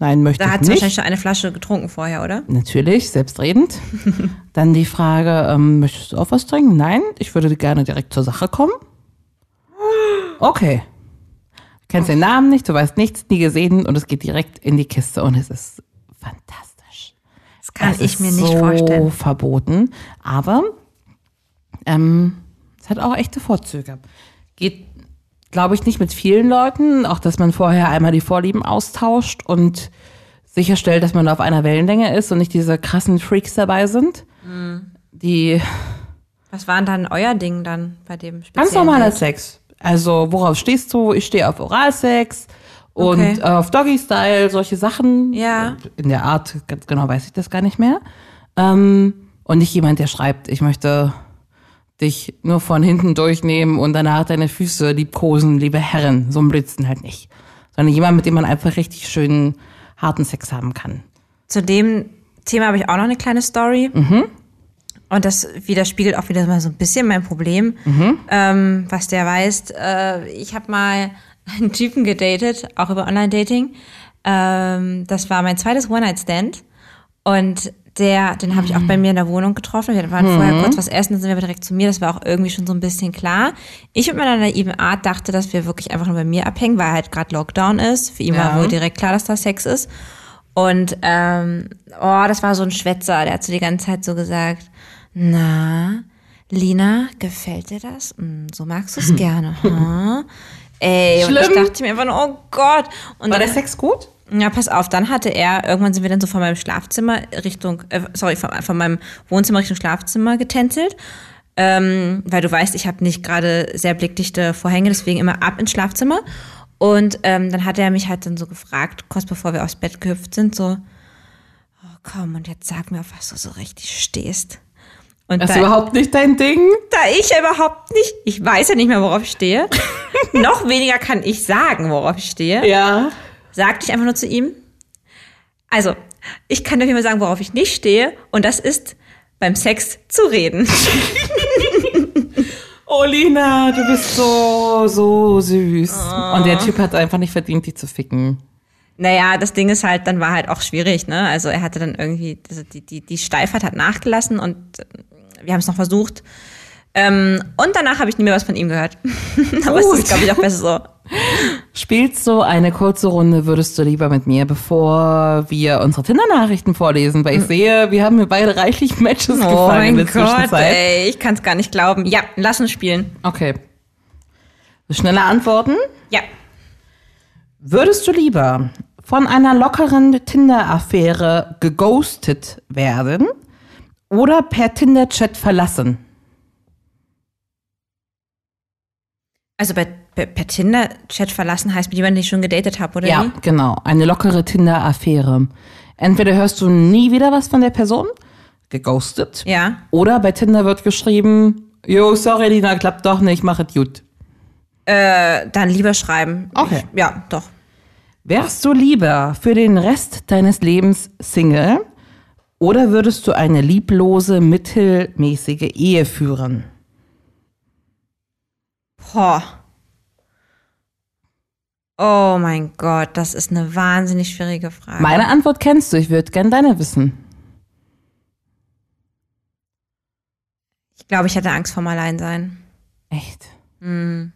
[SPEAKER 1] Nein, möchte
[SPEAKER 2] Da hat
[SPEAKER 1] ich
[SPEAKER 2] sie
[SPEAKER 1] nicht.
[SPEAKER 2] wahrscheinlich schon eine Flasche getrunken vorher, oder?
[SPEAKER 1] Natürlich, selbstredend. Dann die Frage, ähm, möchtest du auch was trinken? Nein, ich würde gerne direkt zur Sache kommen. Okay. Du kennst den Namen nicht, du weißt nichts, nie gesehen und es geht direkt in die Kiste und es ist fantastisch.
[SPEAKER 2] Das kann
[SPEAKER 1] es
[SPEAKER 2] ich
[SPEAKER 1] ist
[SPEAKER 2] mir nicht
[SPEAKER 1] so
[SPEAKER 2] vorstellen.
[SPEAKER 1] verboten, aber ähm, es hat auch echte Vorzüge. Geht, glaube ich, nicht mit vielen Leuten, auch dass man vorher einmal die Vorlieben austauscht und sicherstellt, dass man auf einer Wellenlänge ist und nicht diese krassen Freaks dabei sind.
[SPEAKER 2] Mhm.
[SPEAKER 1] Die
[SPEAKER 2] Was war denn dann euer Ding dann bei dem speziellen
[SPEAKER 1] ganz normaler
[SPEAKER 2] Date?
[SPEAKER 1] Sex. Also, worauf stehst du? Ich stehe auf Oralsex und
[SPEAKER 2] Okay.
[SPEAKER 1] auf Doggy Style, solche Sachen.
[SPEAKER 2] Ja.
[SPEAKER 1] In der Art, ganz genau weiß ich das gar nicht mehr. Ähm, und nicht jemand, der schreibt, ich möchte dich nur von hinten durchnehmen und danach deine Füße liebkosen, liebe Herren. So ein Blitzen halt nicht. Sondern jemand, mit dem man einfach richtig schönen, harten Sex haben kann.
[SPEAKER 2] Zu dem Thema habe ich auch noch eine kleine Story. Und das widerspiegelt auch wieder mal so ein bisschen mein Problem. Ähm, was der weiß, äh, ich habe mal [laughs] einen Typen gedatet, auch über Online-Dating. Ähm, das war mein zweites One-Night-Stand. Und der, den habe ich auch
[SPEAKER 1] Mhm.
[SPEAKER 2] bei mir in der Wohnung getroffen. Wir waren vorher kurz was essen, dann sind wir direkt zu mir. Das war auch irgendwie schon so ein bisschen klar. Ich mit meiner naiven Art dachte, dass wir wirklich einfach nur bei mir abhängen, weil halt gerade Lockdown ist. Für ihn war
[SPEAKER 1] Ja.
[SPEAKER 2] wohl direkt klar, dass da Sex ist. Und ähm, oh, das war so ein Schwätzer, der hat so die ganze Zeit so gesagt, na, Lina, gefällt dir das? Hm, so magst
[SPEAKER 1] [laughs]
[SPEAKER 2] du es gerne. Hm? Ey, und ich
[SPEAKER 1] Schlimm.
[SPEAKER 2] dachte mir einfach nur, oh Gott. Und
[SPEAKER 1] War
[SPEAKER 2] dann-
[SPEAKER 1] der Sex gut?
[SPEAKER 2] ja, pass auf, dann hatte er, irgendwann sind wir dann so von meinem Schlafzimmer Richtung, äh, sorry, von, von meinem Wohnzimmer Richtung Schlafzimmer getänzelt. Ähm, weil du weißt, ich habe nicht gerade sehr blickdichte Vorhänge, deswegen immer ab ins Schlafzimmer. Und ähm, dann hat er mich halt dann so gefragt, kurz bevor wir aufs Bett gehüpft sind, so, oh komm, und jetzt sag mir, auf was du so richtig stehst. Und
[SPEAKER 1] Das ist
[SPEAKER 2] da-
[SPEAKER 1] überhaupt nicht dein Ding.
[SPEAKER 2] da ich ja überhaupt nicht, ich weiß ja nicht mehr, worauf ich stehe. Noch weniger kann ich sagen, worauf ich stehe
[SPEAKER 1] Ja.
[SPEAKER 2] sagte ich einfach nur zu ihm, also, ich kann dir mal sagen, worauf ich nicht stehe, und das ist beim Sex zu reden. [laughs]
[SPEAKER 1] Olina, du bist so, so süß. Und der Typ hat einfach nicht verdient, die zu ficken.
[SPEAKER 2] Naja, das Ding ist halt, dann war halt auch schwierig, ne? Also er hatte dann irgendwie, also die, die, die Steifheit hat nachgelassen und äh, wir haben es noch versucht. Ähm, und danach habe ich nie mehr was von ihm gehört. [laughs] Aber es ist,
[SPEAKER 1] Gut.
[SPEAKER 2] glaube ich, auch besser [laughs] so.
[SPEAKER 1] Spielst du eine kurze Runde, würdest du lieber mit mir, bevor wir unsere Tinder-Nachrichten vorlesen? Weil ich segehe, wir haben mir beide reichlich Matches
[SPEAKER 2] Hm. Oh
[SPEAKER 1] gefallen in
[SPEAKER 2] mein
[SPEAKER 1] der
[SPEAKER 2] Gott,
[SPEAKER 1] Zwischenzeit.
[SPEAKER 2] ey, ich kann es gar nicht glauben. Ja, lass uns spielen.
[SPEAKER 1] Okay. Schnelle Antworten.
[SPEAKER 2] Ja.
[SPEAKER 1] Würdest du lieber von einer lockeren Tinder-Affäre geghostet werden oder per Tinder-Chat verlassen?
[SPEAKER 2] Also bei, bei, per Tinder-Chat verlassen heißt mit jemandem, den ich schon gedatet habe, oder wie?
[SPEAKER 1] Ja, genau. Eine lockere Tinder-Affäre. Entweder hörst du nie wieder was von der Person, geghostet,
[SPEAKER 2] Ja.
[SPEAKER 1] oder bei Tinder wird geschrieben, jo, sorry, Lina, klappt doch nicht, mach es gut.
[SPEAKER 2] Dann lieber schreiben.
[SPEAKER 1] Okay.
[SPEAKER 2] Ich, ja, doch.
[SPEAKER 1] Wärst du lieber für den Rest deines Lebens Single oder würdest du eine lieblose, mittelmäßige Ehe führen?
[SPEAKER 2] Boah. Oh mein Gott, das ist eine wahnsinnig schwierige Frage.
[SPEAKER 1] Meine Antwort kennst du, ich würde gern deine wissen.
[SPEAKER 2] ich glaube, ich hätte Angst vorm Alleinsein.
[SPEAKER 1] Echt?
[SPEAKER 2] Mhm.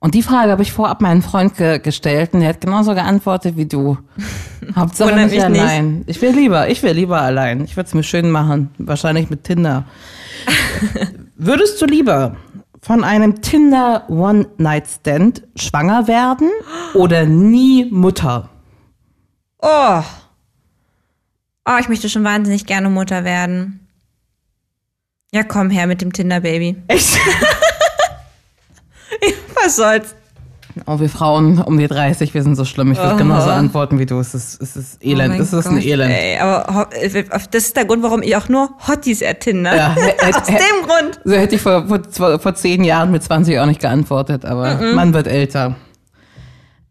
[SPEAKER 1] Und die Frage habe ich vorab meinen Freund ge gestellt und er hat genauso geantwortet wie
[SPEAKER 2] [laughs]
[SPEAKER 1] du. Hauptsache
[SPEAKER 2] Wundert
[SPEAKER 1] nicht
[SPEAKER 2] mich nicht.
[SPEAKER 1] allein. Ich will lieber, ich will lieber allein. Ich würde es mir schön machen. Wahrscheinlich mit
[SPEAKER 2] [laughs]
[SPEAKER 1] Tinder. Würdest du lieber von einem Tinder One-Night-Stand schwanger werden oder nie Mutter?
[SPEAKER 2] Oh. Oh, ich möchte schon wahnsinnig gerne Mutter werden. Ja, komm her mit dem Tinder-Baby. [laughs]
[SPEAKER 1] Echt?
[SPEAKER 2] Was soll's?
[SPEAKER 1] [laughs] Oh, wir Frauen um die 30, wir sind so schlimm. Ich würde genauso antworten wie du. Es ist, es ist Elend.
[SPEAKER 2] Oh mein
[SPEAKER 1] es ist ein
[SPEAKER 2] Gott,
[SPEAKER 1] Elend.
[SPEAKER 2] Ey, aber ho- äh, das ist der Grund, warum ich auch nur Hotties ertinder.
[SPEAKER 1] Ja, hä-
[SPEAKER 2] [laughs] Aus
[SPEAKER 1] hä-
[SPEAKER 2] dem Grund.
[SPEAKER 1] So hätte ich vor, vor, zw- vor zehn Jahren mit 20 auch nicht geantwortet, aber man wird älter.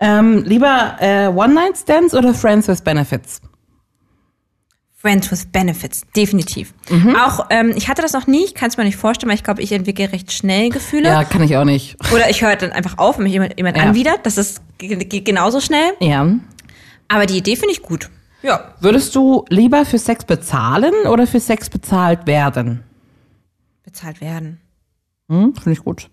[SPEAKER 1] Ähm, lieber äh, One-Night-Stands oder Friends with Benefits?
[SPEAKER 2] Friends with Benefits, definitiv.
[SPEAKER 1] Mhm.
[SPEAKER 2] Auch, ähm, ich hatte das noch nie, ich kann es mir nicht vorstellen, weil ich glaube, ich entwickle recht schnell Gefühle.
[SPEAKER 1] Ja, kann ich auch nicht.
[SPEAKER 2] Oder ich höre dann einfach auf, wenn mich jemand, jemand
[SPEAKER 1] Ja.
[SPEAKER 2] anwidert. Das ist, geht geht genauso schnell.
[SPEAKER 1] Ja.
[SPEAKER 2] Aber die Idee finde ich gut. Ja.
[SPEAKER 1] Würdest du lieber für Sex bezahlen oder für Sex bezahlt werden?
[SPEAKER 2] Bezahlt werden.
[SPEAKER 1] Hm, Finde ich gut.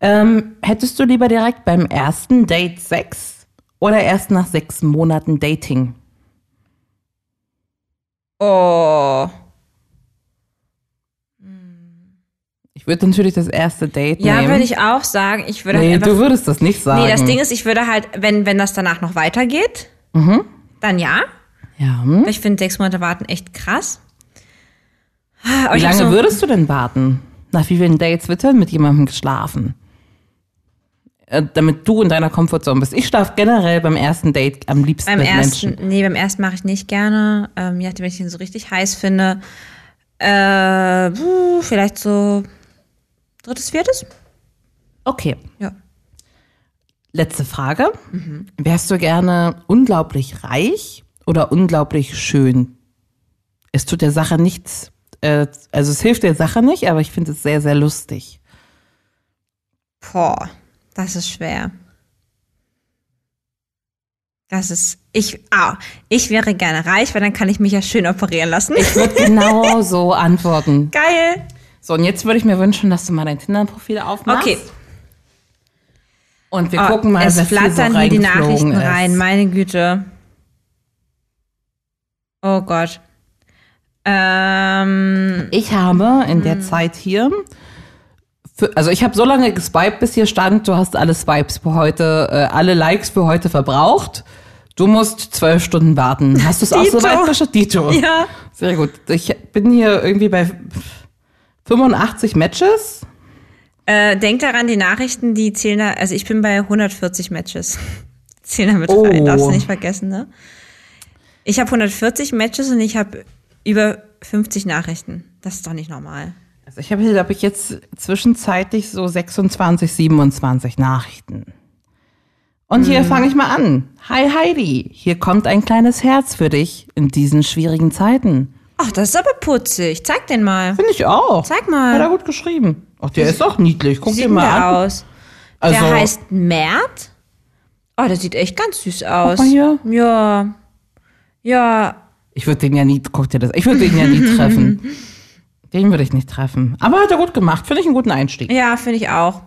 [SPEAKER 1] Ähm, hättest du lieber direkt beim ersten Date Sex oder erst nach sechs Monaten Dating?
[SPEAKER 2] Oh.
[SPEAKER 1] Ich würde natürlich das erste Date
[SPEAKER 2] Ja,
[SPEAKER 1] nehmen.
[SPEAKER 2] würde ich auch sagen. Ich würde
[SPEAKER 1] nee,
[SPEAKER 2] halt
[SPEAKER 1] du
[SPEAKER 2] einfach.
[SPEAKER 1] würdest das nicht sagen.
[SPEAKER 2] Nee, das Ding ist, ich würde halt, wenn, wenn das danach noch weitergeht,
[SPEAKER 1] Mhm.
[SPEAKER 2] dann ja.
[SPEAKER 1] ja, hm?
[SPEAKER 2] Weil Ich finde sechs Monate warten echt krass. Ah, Aber
[SPEAKER 1] Wie
[SPEAKER 2] ich hab
[SPEAKER 1] lange
[SPEAKER 2] so,
[SPEAKER 1] würdest du denn warten? Nach wie vielen Dates wird denn mit jemandem geschlafen? Äh, damit du in deiner Komfortzone bist. Ich schlafe generell beim ersten Date am liebsten
[SPEAKER 2] Beim
[SPEAKER 1] mit
[SPEAKER 2] ersten,
[SPEAKER 1] Menschen.
[SPEAKER 2] nee, beim ersten mache ich nicht gerne. Ähm, je nachdem, wenn ich den so richtig heiß finde. Äh, puh, vielleicht so Drittes, viertes?
[SPEAKER 1] Okay.
[SPEAKER 2] Ja.
[SPEAKER 1] Letzte Frage.
[SPEAKER 2] Mhm.
[SPEAKER 1] Wärst du gerne unglaublich reich oder unglaublich schön? Es tut der Sache nichts, äh, also es hilft der Sache nicht, aber ich finde es sehr, sehr
[SPEAKER 2] [laughs]
[SPEAKER 1] lustig.
[SPEAKER 2] Boah, das ist schwer. Das ist, ich, ah, ich wäre gerne reich, weil dann kann ich mich ja schön operieren lassen.
[SPEAKER 1] Ich würde genau so antworten.
[SPEAKER 2] [laughs] Geil.
[SPEAKER 1] So, und jetzt würde ich mir wünschen, dass du mal dein Tinder-Profil aufmachst.
[SPEAKER 2] Okay.
[SPEAKER 1] Und wir
[SPEAKER 2] Oh,
[SPEAKER 1] gucken mal,
[SPEAKER 2] es
[SPEAKER 1] was Ah, hier so
[SPEAKER 2] flattern hier die
[SPEAKER 1] reingeflogen
[SPEAKER 2] Nachrichten
[SPEAKER 1] ist.
[SPEAKER 2] rein, meine Güte. Oh Gott. Ähm,
[SPEAKER 1] Ich habe in der Zeit hier, für, also ich habe so lange geswiped, bis hier stand, du hast alle Swipes für heute, äh, alle Likes für heute verbraucht. Du musst zwölf Stunden warten. Hast du es auch so
[SPEAKER 2] Dito.
[SPEAKER 1] weit geschafft? Dito.
[SPEAKER 2] ja.
[SPEAKER 1] Sehr gut. Ich bin hier irgendwie bei 85 Matches.
[SPEAKER 2] Äh, denk daran, die Nachrichten, die zählen da, also ich bin bei 140 Matches. [laughs] Zählen damit
[SPEAKER 1] Oh.
[SPEAKER 2] rein, darfst du nicht vergessen, ne? Ich habe 140 Matches und ich habe über 50 Nachrichten. Das ist doch nicht normal.
[SPEAKER 1] Also ich habe hier, glaube ich, jetzt zwischenzeitlich so 26, 27 Nachrichten. Und
[SPEAKER 2] Mhm.
[SPEAKER 1] hier fange ich mal an. Hi Heidi, hier kommt ein kleines Herz für dich in diesen schwierigen Zeiten.
[SPEAKER 2] Ach, das ist aber putzig. Zeig den mal.
[SPEAKER 1] Finde ich auch.
[SPEAKER 2] Zeig mal.
[SPEAKER 1] Hat er gut geschrieben. Ach, der ist doch niedlich. Guck
[SPEAKER 2] Wie
[SPEAKER 1] dir
[SPEAKER 2] sieht denn
[SPEAKER 1] mal
[SPEAKER 2] der
[SPEAKER 1] an.
[SPEAKER 2] aus?
[SPEAKER 1] Also,
[SPEAKER 2] der heißt Mert. Oh, der sieht echt ganz süß aus.
[SPEAKER 1] mal hier.
[SPEAKER 2] Ja. Ja.
[SPEAKER 1] ich würde den ja nie, guck dir das, ich würde den ja
[SPEAKER 2] [laughs]
[SPEAKER 1] nie treffen. Den würde ich nicht treffen. Aber hat er gut gemacht. Finde ich einen guten Einstieg.
[SPEAKER 2] Ja, finde ich auch.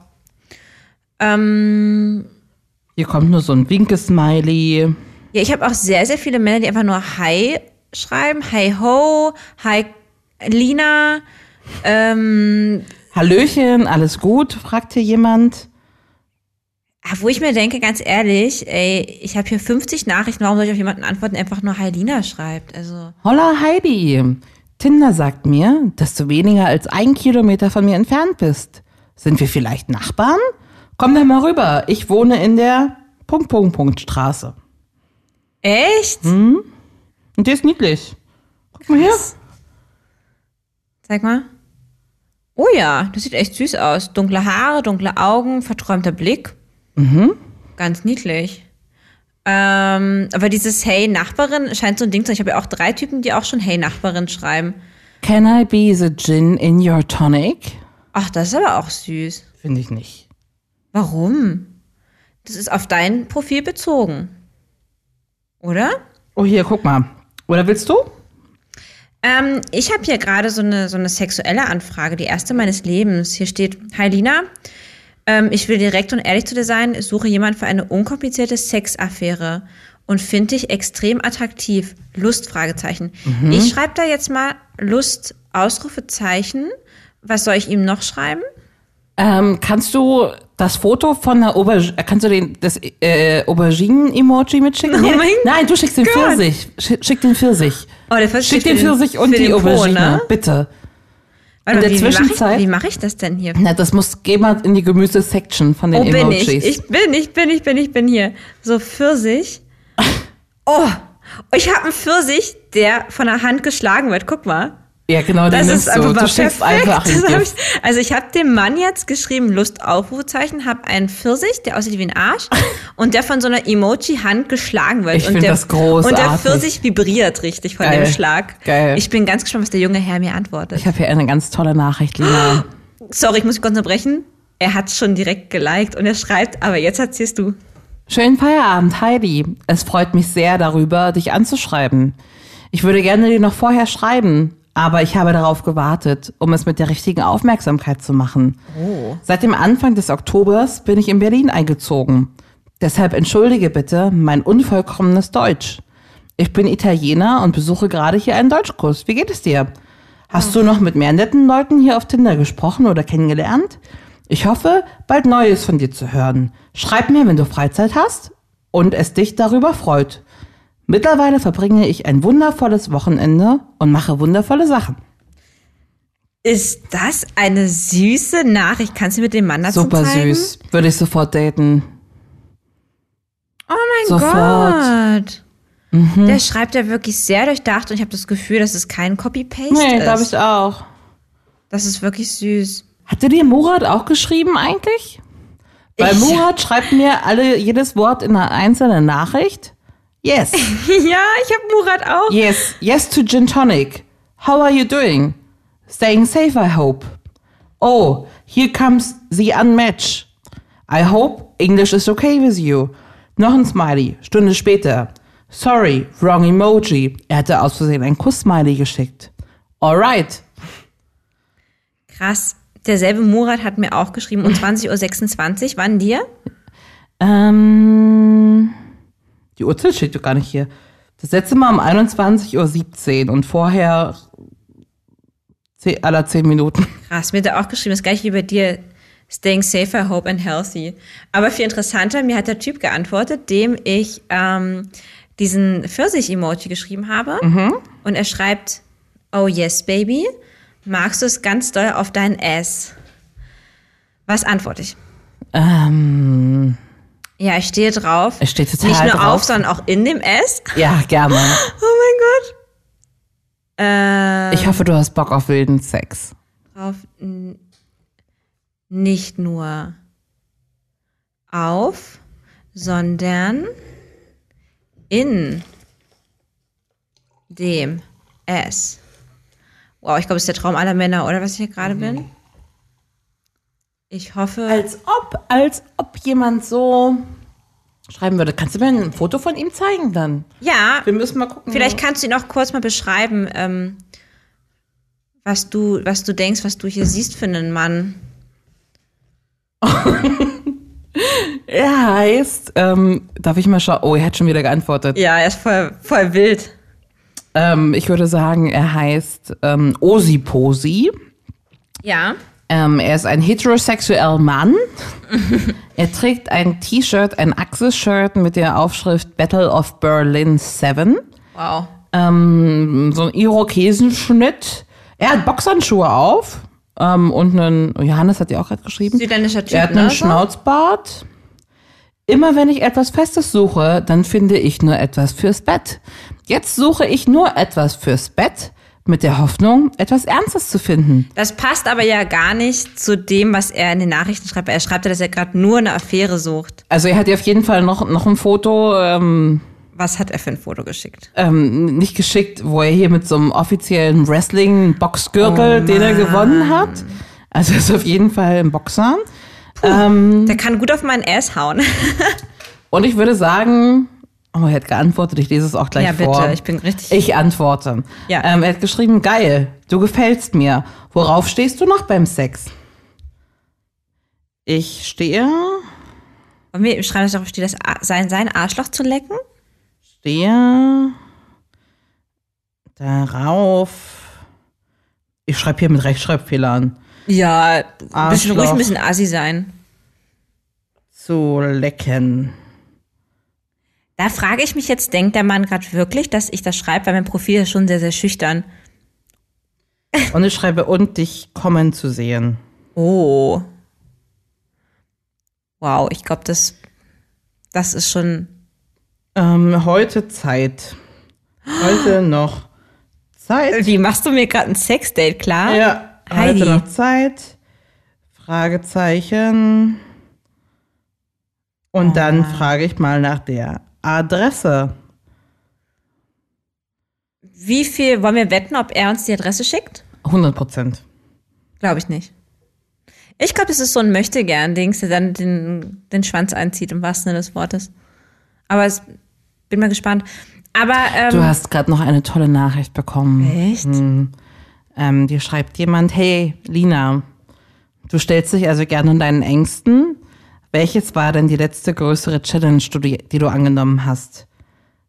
[SPEAKER 2] Ähm,
[SPEAKER 1] Hier kommt nur so ein Winke-Smiley.
[SPEAKER 2] Ja, ich habe auch sehr, sehr viele Männer, die einfach nur Hi schreiben. Hi ho, hi Lina. Ähm,
[SPEAKER 1] Hallöchen, alles gut? fragt hier jemand.
[SPEAKER 2] wo ich mir denke, ganz ehrlich, ey, ich habe hier 50 Nachrichten, warum soll ich auf jemanden antworten, der einfach nur Hi Lina schreibt? Also,
[SPEAKER 1] Holla Heidi, Tinder sagt mir, dass du weniger als ein Kilometer von mir entfernt bist. Sind wir vielleicht Nachbarn? Komm da mal rüber. Ich wohne in der Punkt, Punkt, Punkt Straße.
[SPEAKER 2] echt?
[SPEAKER 1] Und die ist niedlich. Guck mal hier.
[SPEAKER 2] Zeig mal. Oh ja, das sieht echt süß aus. Dunkle Haare, dunkle Augen, verträumter Blick. Ganz niedlich. Ähm, aber dieses Hey Nachbarin scheint so ein Ding zu sein. Ich habe ja auch drei Typen, die auch schon Hey Nachbarin schreiben.
[SPEAKER 1] Can I be the gin in your tonic?
[SPEAKER 2] Ach, das ist aber auch süß.
[SPEAKER 1] Finde ich nicht.
[SPEAKER 2] Warum? Das ist auf dein Profil bezogen. Oder?
[SPEAKER 1] Oh, hier, guck mal. Oder willst du?
[SPEAKER 2] Ähm, ich habe hier gerade so eine, so eine sexuelle Anfrage, die erste meines Lebens. Hier steht, Hi Lina, ähm, ich will direkt und ehrlich zu dir sein, ich suche jemanden für eine unkomplizierte Sexaffäre und finde dich extrem attraktiv. Lust, Fragezeichen.
[SPEAKER 1] Mhm.
[SPEAKER 2] Ich schreibe da jetzt mal Lust, Ausrufezeichen. Was soll ich ihm noch schreiben?
[SPEAKER 1] Ähm, kannst du das Foto von der Aubergine, kannst du den, das äh, Auberginen-Emoji mitschicken?
[SPEAKER 2] Oh mein
[SPEAKER 1] Nein, du schickst den
[SPEAKER 2] Gott.
[SPEAKER 1] Pfirsich. Schick, schick den Pfirsich.
[SPEAKER 2] Oh, der Pfirsich
[SPEAKER 1] Schick
[SPEAKER 2] für
[SPEAKER 1] den
[SPEAKER 2] den-
[SPEAKER 1] Pfirsich und
[SPEAKER 2] für
[SPEAKER 1] die
[SPEAKER 2] den Po,
[SPEAKER 1] Aubergine,
[SPEAKER 2] ne?
[SPEAKER 1] bitte.
[SPEAKER 2] Warte,
[SPEAKER 1] In der
[SPEAKER 2] wie- wie mach ich-
[SPEAKER 1] Zwischenzeit-
[SPEAKER 2] Wie mache ich das denn hier?
[SPEAKER 1] Na, das muss, geh mal in die Gemüse-Section von den
[SPEAKER 2] Wo Oh, bin
[SPEAKER 1] Emojis.
[SPEAKER 2] ich? Ich bin, ich bin, ich bin, ich bin hier. So
[SPEAKER 1] [laughs]
[SPEAKER 2] Pfirsich. Oh, ich habe einen Pfirsich, der von der Hand geschlagen wird. Guck mal.
[SPEAKER 1] ja, genau, den
[SPEAKER 2] Das ist
[SPEAKER 1] nimmst
[SPEAKER 2] einfach
[SPEAKER 1] du.
[SPEAKER 2] mal
[SPEAKER 1] Du schickst
[SPEAKER 2] perfekt.
[SPEAKER 1] einfach ein
[SPEAKER 2] Das hab ich,
[SPEAKER 1] Gift.
[SPEAKER 2] also ich habe dem Mann jetzt geschrieben, Lust, Aufrufezeichen, habe einen Pfirsich, der aussieht wie
[SPEAKER 1] [laughs]
[SPEAKER 2] ein Arsch und der von so einer Emoji-Hand geschlagen wird.
[SPEAKER 1] Ich
[SPEAKER 2] und
[SPEAKER 1] find
[SPEAKER 2] der-
[SPEAKER 1] das großartig.
[SPEAKER 2] Und der Pfirsich vibriert richtig von
[SPEAKER 1] Geil.
[SPEAKER 2] dem Schlag.
[SPEAKER 1] Geil.
[SPEAKER 2] Ich bin ganz gespannt, was der junge Herr mir antwortet.
[SPEAKER 1] Ich habe hier eine ganz tolle Nachricht,
[SPEAKER 2] [gasps]
[SPEAKER 1] Lina.
[SPEAKER 2] Sorry, ich muss mich kurz unterbrechen. Er hat schon direkt geliked und er schreibt, aber jetzt erzählst du.
[SPEAKER 1] Schönen Feierabend, Heidi. Es freut mich sehr darüber, dich anzuschreiben. Ich würde gerne dir noch vorher schreiben, aber ich habe darauf gewartet, um es mit der richtigen Aufmerksamkeit zu machen. Seit dem Anfang des Oktobers bin ich in Berlin eingezogen. Deshalb entschuldige bitte mein unvollkommenes Deutsch. Ich bin Italiener und besuche gerade hier einen Deutschkurs. Wie geht es dir? Hast du noch mit mehr netten Leuten hier auf Tinder gesprochen oder kennengelernt? Ich hoffe, bald Neues von dir zu hören. Schreib mir, wenn du Freizeit hast und es dich darüber freut. Mittlerweile verbringe ich ein wundervolles Wochenende und mache wundervolle Sachen.
[SPEAKER 2] Ist das eine süße Nachricht? Kannst du mit dem Mann dazu
[SPEAKER 1] Super
[SPEAKER 2] zeigen?
[SPEAKER 1] süß. Würde ich sofort daten.
[SPEAKER 2] Oh mein
[SPEAKER 1] Sofort.
[SPEAKER 2] Gott. Der schreibt ja wirklich sehr durchdacht und ich habe das Gefühl, dass es kein Copy-Paste
[SPEAKER 1] Nee,
[SPEAKER 2] ist.
[SPEAKER 1] glaube ich auch.
[SPEAKER 2] Das ist wirklich süß.
[SPEAKER 1] Hatte dir Murat auch geschrieben eigentlich? Weil
[SPEAKER 2] Ich-
[SPEAKER 1] Murat schreibt mir alle jedes Wort in einer einzelnen Nachricht.
[SPEAKER 2] [laughs]
[SPEAKER 1] Yes,
[SPEAKER 2] [laughs] Ja, ich habe Murat auch.
[SPEAKER 1] yes, yes to gin tonic. How are you doing? Staying safe, I hope. Oh, here comes the unmatch. I hope English is okay with you. Noch ein Smiley, Stunde später. Sorry, wrong emoji. Er hatte aus Versehen ein Kuss-Smiley geschickt. Alright.
[SPEAKER 2] Krass. Derselbe Murat hat mir auch geschrieben [laughs] um 20.26 Uhr. Wann dir?
[SPEAKER 1] Ähm, die Uhrzeit steht doch gar nicht hier. Das letzte Mal um 21.17 Uhr und vorher zeh- aller 10 Minuten.
[SPEAKER 2] Krass, Ah, mir hat er auch geschrieben, das gleiche wie bei dir. Staying safer, hope and healthy. Aber viel interessanter, mir hat der Typ geantwortet, dem ich ähm, diesen Pfirsich-Emoji geschrieben habe.
[SPEAKER 1] Mhm.
[SPEAKER 2] Und er schreibt, oh yes, baby, magst du es ganz doll auf dein Ass? Was antworte ich?
[SPEAKER 1] Ähm,
[SPEAKER 2] Ja, ich stehe drauf.
[SPEAKER 1] Es steht total
[SPEAKER 2] Nicht nur
[SPEAKER 1] drauf.
[SPEAKER 2] auf, sondern auch in dem S.
[SPEAKER 1] ja, gerne.
[SPEAKER 2] Oh mein Gott. Äh,
[SPEAKER 1] Ich hoffe, du hast Bock auf wilden Sex.
[SPEAKER 2] auf n- nicht nur auf, sondern in dem S. Wow, ich glaube, es ist der Traum aller Männer, oder was ich hier gerade bin. Ich hoffe,
[SPEAKER 1] Als ob, als ob jemand so schreiben würde. Kannst du mir ein Foto von ihm zeigen dann?
[SPEAKER 2] ja,
[SPEAKER 1] Wir müssen mal gucken.
[SPEAKER 2] vielleicht kannst du ihn auch kurz mal beschreiben, ähm, was du, was du denkst, was du hier siehst für einen Mann.
[SPEAKER 1] Er heißt, ähm, darf ich mal schauen? Oh, er hat schon wieder geantwortet.
[SPEAKER 2] Ja, er ist voll, voll wild.
[SPEAKER 1] Ähm, ich würde sagen, er heißt ähm, Osiposi.
[SPEAKER 2] Ja.
[SPEAKER 1] Ähm, er ist ein heterosexueller [laughs] Mann. er trägt ein T-Shirt, ein Axis-Shirt mit der Aufschrift Battle of Berlin 7.
[SPEAKER 2] Wow.
[SPEAKER 1] Ähm, so ein Irokesenschnitt. Er hat Boxhandschuhe auf. Ähm, und einen, Johannes hat ja auch gerade geschrieben.
[SPEAKER 2] Südländischer Typ,
[SPEAKER 1] Er hat
[SPEAKER 2] ne,
[SPEAKER 1] einen
[SPEAKER 2] so?
[SPEAKER 1] Schnauzbart. Immer wenn ich etwas Festes suche, dann finde ich nur etwas fürs Bett. Jetzt suche ich nur etwas fürs Bett mit der Hoffnung, etwas Ernstes zu finden.
[SPEAKER 2] Das passt aber ja gar nicht zu dem, was er in den Nachrichten schreibt. Er schreibt ja, dass er gerade nur eine Affäre sucht.
[SPEAKER 1] Also er hat dir auf jeden Fall noch, noch ein Foto ähm,
[SPEAKER 2] Was hat er für ein Foto geschickt?
[SPEAKER 1] ähm, nicht geschickt, wo er hier mit so einem offiziellen Wrestling-Boxgürtel, den er gewonnen hat. Also er ist auf jeden Fall ein Boxer.
[SPEAKER 2] Der kann gut auf meinen Ass hauen. [laughs]
[SPEAKER 1] Und ich würde sagen, oh, er hat geantwortet, ich lese es auch gleich
[SPEAKER 2] Ja, bitte,
[SPEAKER 1] vor.
[SPEAKER 2] ich bin richtig-
[SPEAKER 1] Ich antworte.
[SPEAKER 2] Ja.
[SPEAKER 1] Ähm, er hat geschrieben, geil, du gefällst mir. Worauf stehst du noch beim Sex? Ich stehe,
[SPEAKER 2] Und wir schreiben das darauf, steht das A- sein, sein Arschloch zu lecken?
[SPEAKER 1] stehe darauf. Ich schreibe hier mit Rechtschreibfehlern.
[SPEAKER 2] Ja, ein bisschen
[SPEAKER 1] Arschloch.
[SPEAKER 2] ruhig ein bisschen assi sein.
[SPEAKER 1] zu lecken.
[SPEAKER 2] Da frage ich mich jetzt, denkt der Mann gerade wirklich, dass ich das schreibe, weil mein Profil ist schon sehr, sehr schüchtern.
[SPEAKER 1] Und ich schreibe, und dich kommen zu sehen.
[SPEAKER 2] Oh. Wow, ich glaube, das, das ist schon
[SPEAKER 1] Ähm, heute Zeit. Heute noch Zeit.
[SPEAKER 2] Wie machst du mir gerade ein Sexdate klar?
[SPEAKER 1] Ja,
[SPEAKER 2] Heidi.
[SPEAKER 1] heute noch Zeit. Fragezeichen. Und dann frage ich mal nach der Adresse.
[SPEAKER 2] Wie viel wollen wir wetten, ob er uns die Adresse schickt?
[SPEAKER 1] 100 Prozent.
[SPEAKER 2] Glaube ich nicht. Ich glaube, das ist so ein Möchtegern-Dings, der dann den, den Schwanz einzieht, im wahrsten Sinne des Wortes. Aber es, bin mal gespannt. Aber, ähm,
[SPEAKER 1] Du hast gerade noch eine tolle Nachricht bekommen.
[SPEAKER 2] echt?
[SPEAKER 1] Ähm, dir schreibt jemand, hey Lina, du stellst dich also gerne deinen Ängsten. Welches war denn die letzte größere Challenge, du- die du angenommen hast? [laughs]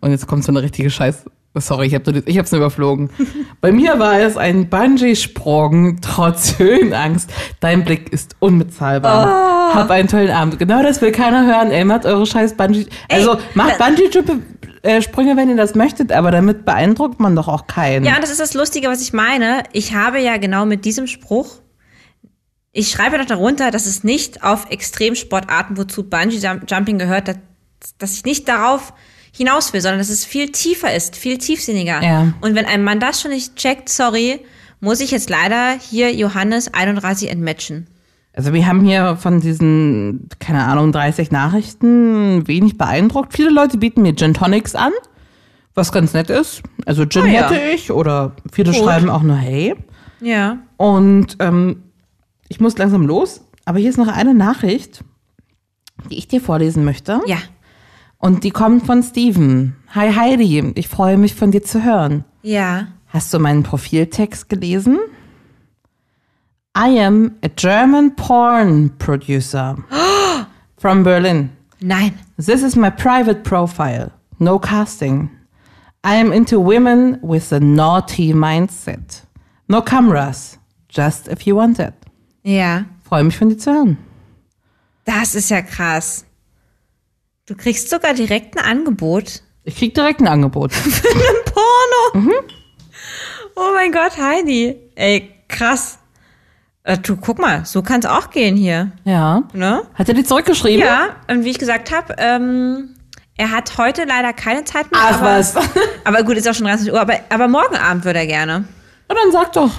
[SPEAKER 1] Und jetzt kommt so eine richtige Scheiße. Sorry, ich habe ich hab's nur überflogen.
[SPEAKER 2] [laughs]
[SPEAKER 1] Bei mir war es ein Bungee-Sprung trotz Höhenangst. Dein Blick ist unbezahlbar.
[SPEAKER 2] Ah.
[SPEAKER 1] Hab einen tollen Abend. Genau das will keiner hören. Ey, macht eure scheiß Bungee. Also macht Bungee-Sprünge, äh, wenn ihr das möchtet, aber damit beeindruckt man doch auch keinen.
[SPEAKER 2] Ja, und das ist das Lustige, was ich meine. Ich habe ja genau mit diesem Spruch, ich schreibe noch darunter, dass es nicht auf Extremsportarten, wozu Bungee-Jumping gehört, dass, dass ich nicht darauf hinaus will, sondern dass es viel tiefer ist, viel tiefsinniger.
[SPEAKER 1] Ja.
[SPEAKER 2] Und wenn ein Mann das schon nicht checkt, sorry, muss ich jetzt leider hier Johannes 31 entmatchen.
[SPEAKER 1] Also wir haben hier von diesen, keine Ahnung, 30 Nachrichten wenig beeindruckt. Viele Leute bieten mir Gin Tonics an, was ganz nett ist. Also Gin
[SPEAKER 2] Ah, ja.
[SPEAKER 1] hätte ich oder viele
[SPEAKER 2] Gut.
[SPEAKER 1] schreiben auch nur Hey.
[SPEAKER 2] Ja.
[SPEAKER 1] Und ähm, ich muss langsam los, aber hier ist noch eine Nachricht, die ich dir vorlesen möchte.
[SPEAKER 2] Ja.
[SPEAKER 1] Und die kommt von Steven. Hi Heidi, ich freue mich von dir zu hören.
[SPEAKER 2] Ja.
[SPEAKER 1] Hast du meinen Profiltext gelesen? I am a German porn producer [gasps] from Berlin.
[SPEAKER 2] Nein.
[SPEAKER 1] This is my private profile. No casting. I am into women with a naughty mindset. No cameras. Just if you want it.
[SPEAKER 2] Ja.
[SPEAKER 1] Freue mich von dir zu hören.
[SPEAKER 2] Das ist ja krass. Du kriegst sogar direkt ein Angebot.
[SPEAKER 1] Ich krieg direkt ein Angebot. [laughs]
[SPEAKER 2] Porno.
[SPEAKER 1] Mhm.
[SPEAKER 2] Oh mein Gott, Heidi. Ey, krass. Äh, du, guck mal, so kann's auch gehen hier,
[SPEAKER 1] ja.
[SPEAKER 2] ne?
[SPEAKER 1] Hat er dir zurückgeschrieben?
[SPEAKER 2] Ja, und wie ich gesagt habe, ähm, er hat heute leider keine Zeit mehr.
[SPEAKER 1] Ach
[SPEAKER 2] aber,
[SPEAKER 1] was. Na
[SPEAKER 2] [laughs] Aber gut, ist auch schon 23 Uhr, aber, aber morgen Abend würde er gerne.
[SPEAKER 1] dann sag doch.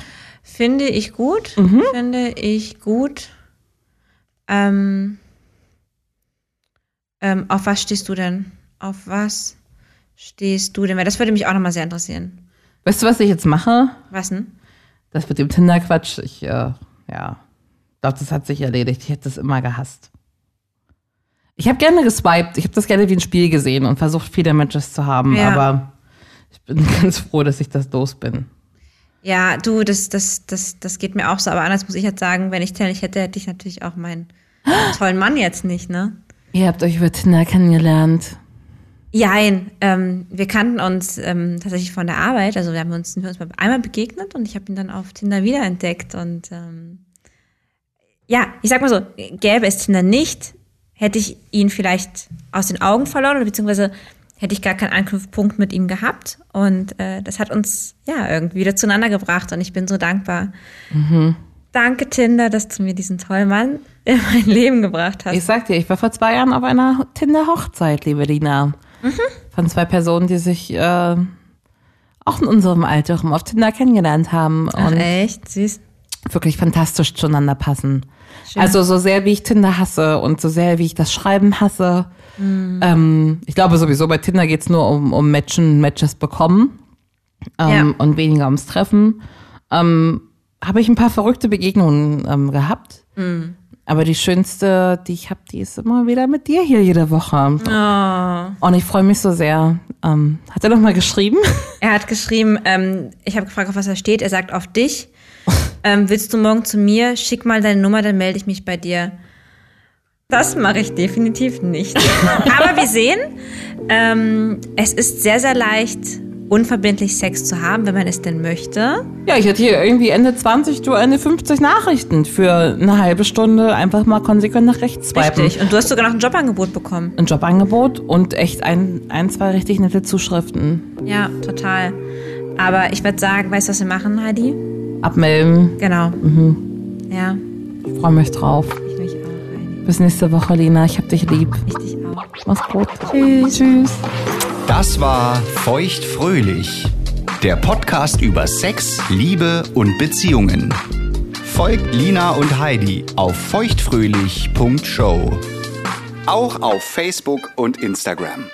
[SPEAKER 2] Finde ich gut.
[SPEAKER 1] Mhm.
[SPEAKER 2] Finde ich gut. Ähm, ähm, auf was stehst du denn? Auf was stehst du denn? Weil das würde mich auch nochmal sehr interessieren.
[SPEAKER 1] Weißt du, was ich jetzt mache?
[SPEAKER 2] Was denn?
[SPEAKER 1] Das mit dem Tinder-Quatsch, ich, äh, ja, glaube, das hat sich erledigt. Ich hätte das immer gehasst. Ich habe gerne geswiped. Ich habe das gerne wie ein Spiel gesehen und versucht, viele Matches zu haben.
[SPEAKER 2] Ja.
[SPEAKER 1] Aber ich bin [laughs] ganz froh, dass ich das los bin.
[SPEAKER 2] Ja, du, das, das, das, das geht mir auch so. Aber anders muss ich jetzt sagen, wenn ich Tinder nicht hätte, hätte ich natürlich auch meinen tollen Mann jetzt nicht, ne?
[SPEAKER 1] Ihr habt euch über Tinder kennengelernt.
[SPEAKER 2] Jein, ähm, wir kannten uns ähm, tatsächlich von der Arbeit. Also wir haben uns, wir uns mal einmal begegnet und ich habe ihn dann auf Tinder wiederentdeckt. Und ähm, ja, ich sag mal so, gäbe es Tinder nicht, hätte ich ihn vielleicht aus den Augen verloren oder beziehungsweise hätte ich gar keinen Anknüpfpunkt mit ihm gehabt. Und äh, das hat uns ja irgendwie wieder zueinander gebracht und ich bin so dankbar. Danke, Tinder, dass du mir diesen tollen Mann in mein Leben gebracht hast.
[SPEAKER 1] Ich sag dir, ich war vor zwei Jahren auf einer Tinder-Hochzeit, liebe Lina. Von zwei Personen, die sich äh, auch in unserem Alter auf Tinder kennengelernt haben.
[SPEAKER 2] Ach,
[SPEAKER 1] und
[SPEAKER 2] echt süß.
[SPEAKER 1] wirklich fantastisch zueinander passen.
[SPEAKER 2] Schön.
[SPEAKER 1] Also so sehr, wie ich Tinder hasse und so sehr, wie ich das Schreiben hasse. Ähm, ich glaube sowieso, bei Tinder geht's nur um, um Matchen, Matches bekommen ähm, und weniger ums Treffen. Ähm, Habe ich ein paar verrückte Begegnungen ähm, gehabt. Aber die schönste, die ich habe, die ist immer wieder mit dir hier jede Woche. Und ich freue mich so sehr. Ähm, hat er noch mal geschrieben? [laughs]
[SPEAKER 2] Er hat geschrieben, ähm, ich habe gefragt, auf was er steht. Er sagt auf dich. Ähm, willst du morgen zu mir? Schick mal deine Nummer, dann melde ich mich bei dir. Das mache ich definitiv nicht. Aber wir sehen, ähm, es ist sehr, sehr leicht, unverbindlich Sex zu haben, wenn man es denn möchte.
[SPEAKER 1] Ja, ich hatte hier irgendwie Ende 20, du Ende 50 Nachrichten für eine halbe Stunde einfach mal konsequent nach rechts swipen.
[SPEAKER 2] Richtig. Und du hast sogar noch ein Jobangebot bekommen.
[SPEAKER 1] Ein Jobangebot und echt ein, ein, zwei richtig nette Zuschriften.
[SPEAKER 2] Ja, total. Aber ich würde sagen, weißt du, was wir machen, Heidi?
[SPEAKER 1] Abmelden.
[SPEAKER 2] Genau. Ja,
[SPEAKER 1] Ich freue mich drauf.
[SPEAKER 2] ich mich auch, Heidi.
[SPEAKER 1] Bis nächste Woche, Lena. Ich hab dich lieb.
[SPEAKER 2] Ich dich auch.
[SPEAKER 1] Mach's gut. Tschüss. Tschüss.
[SPEAKER 3] Das war Feuchtfröhlich, der Podcast über Sex, Liebe und Beziehungen. Folgt Lina und Heidi auf feuchtfröhlich.show. Auch auf Facebook und Instagram.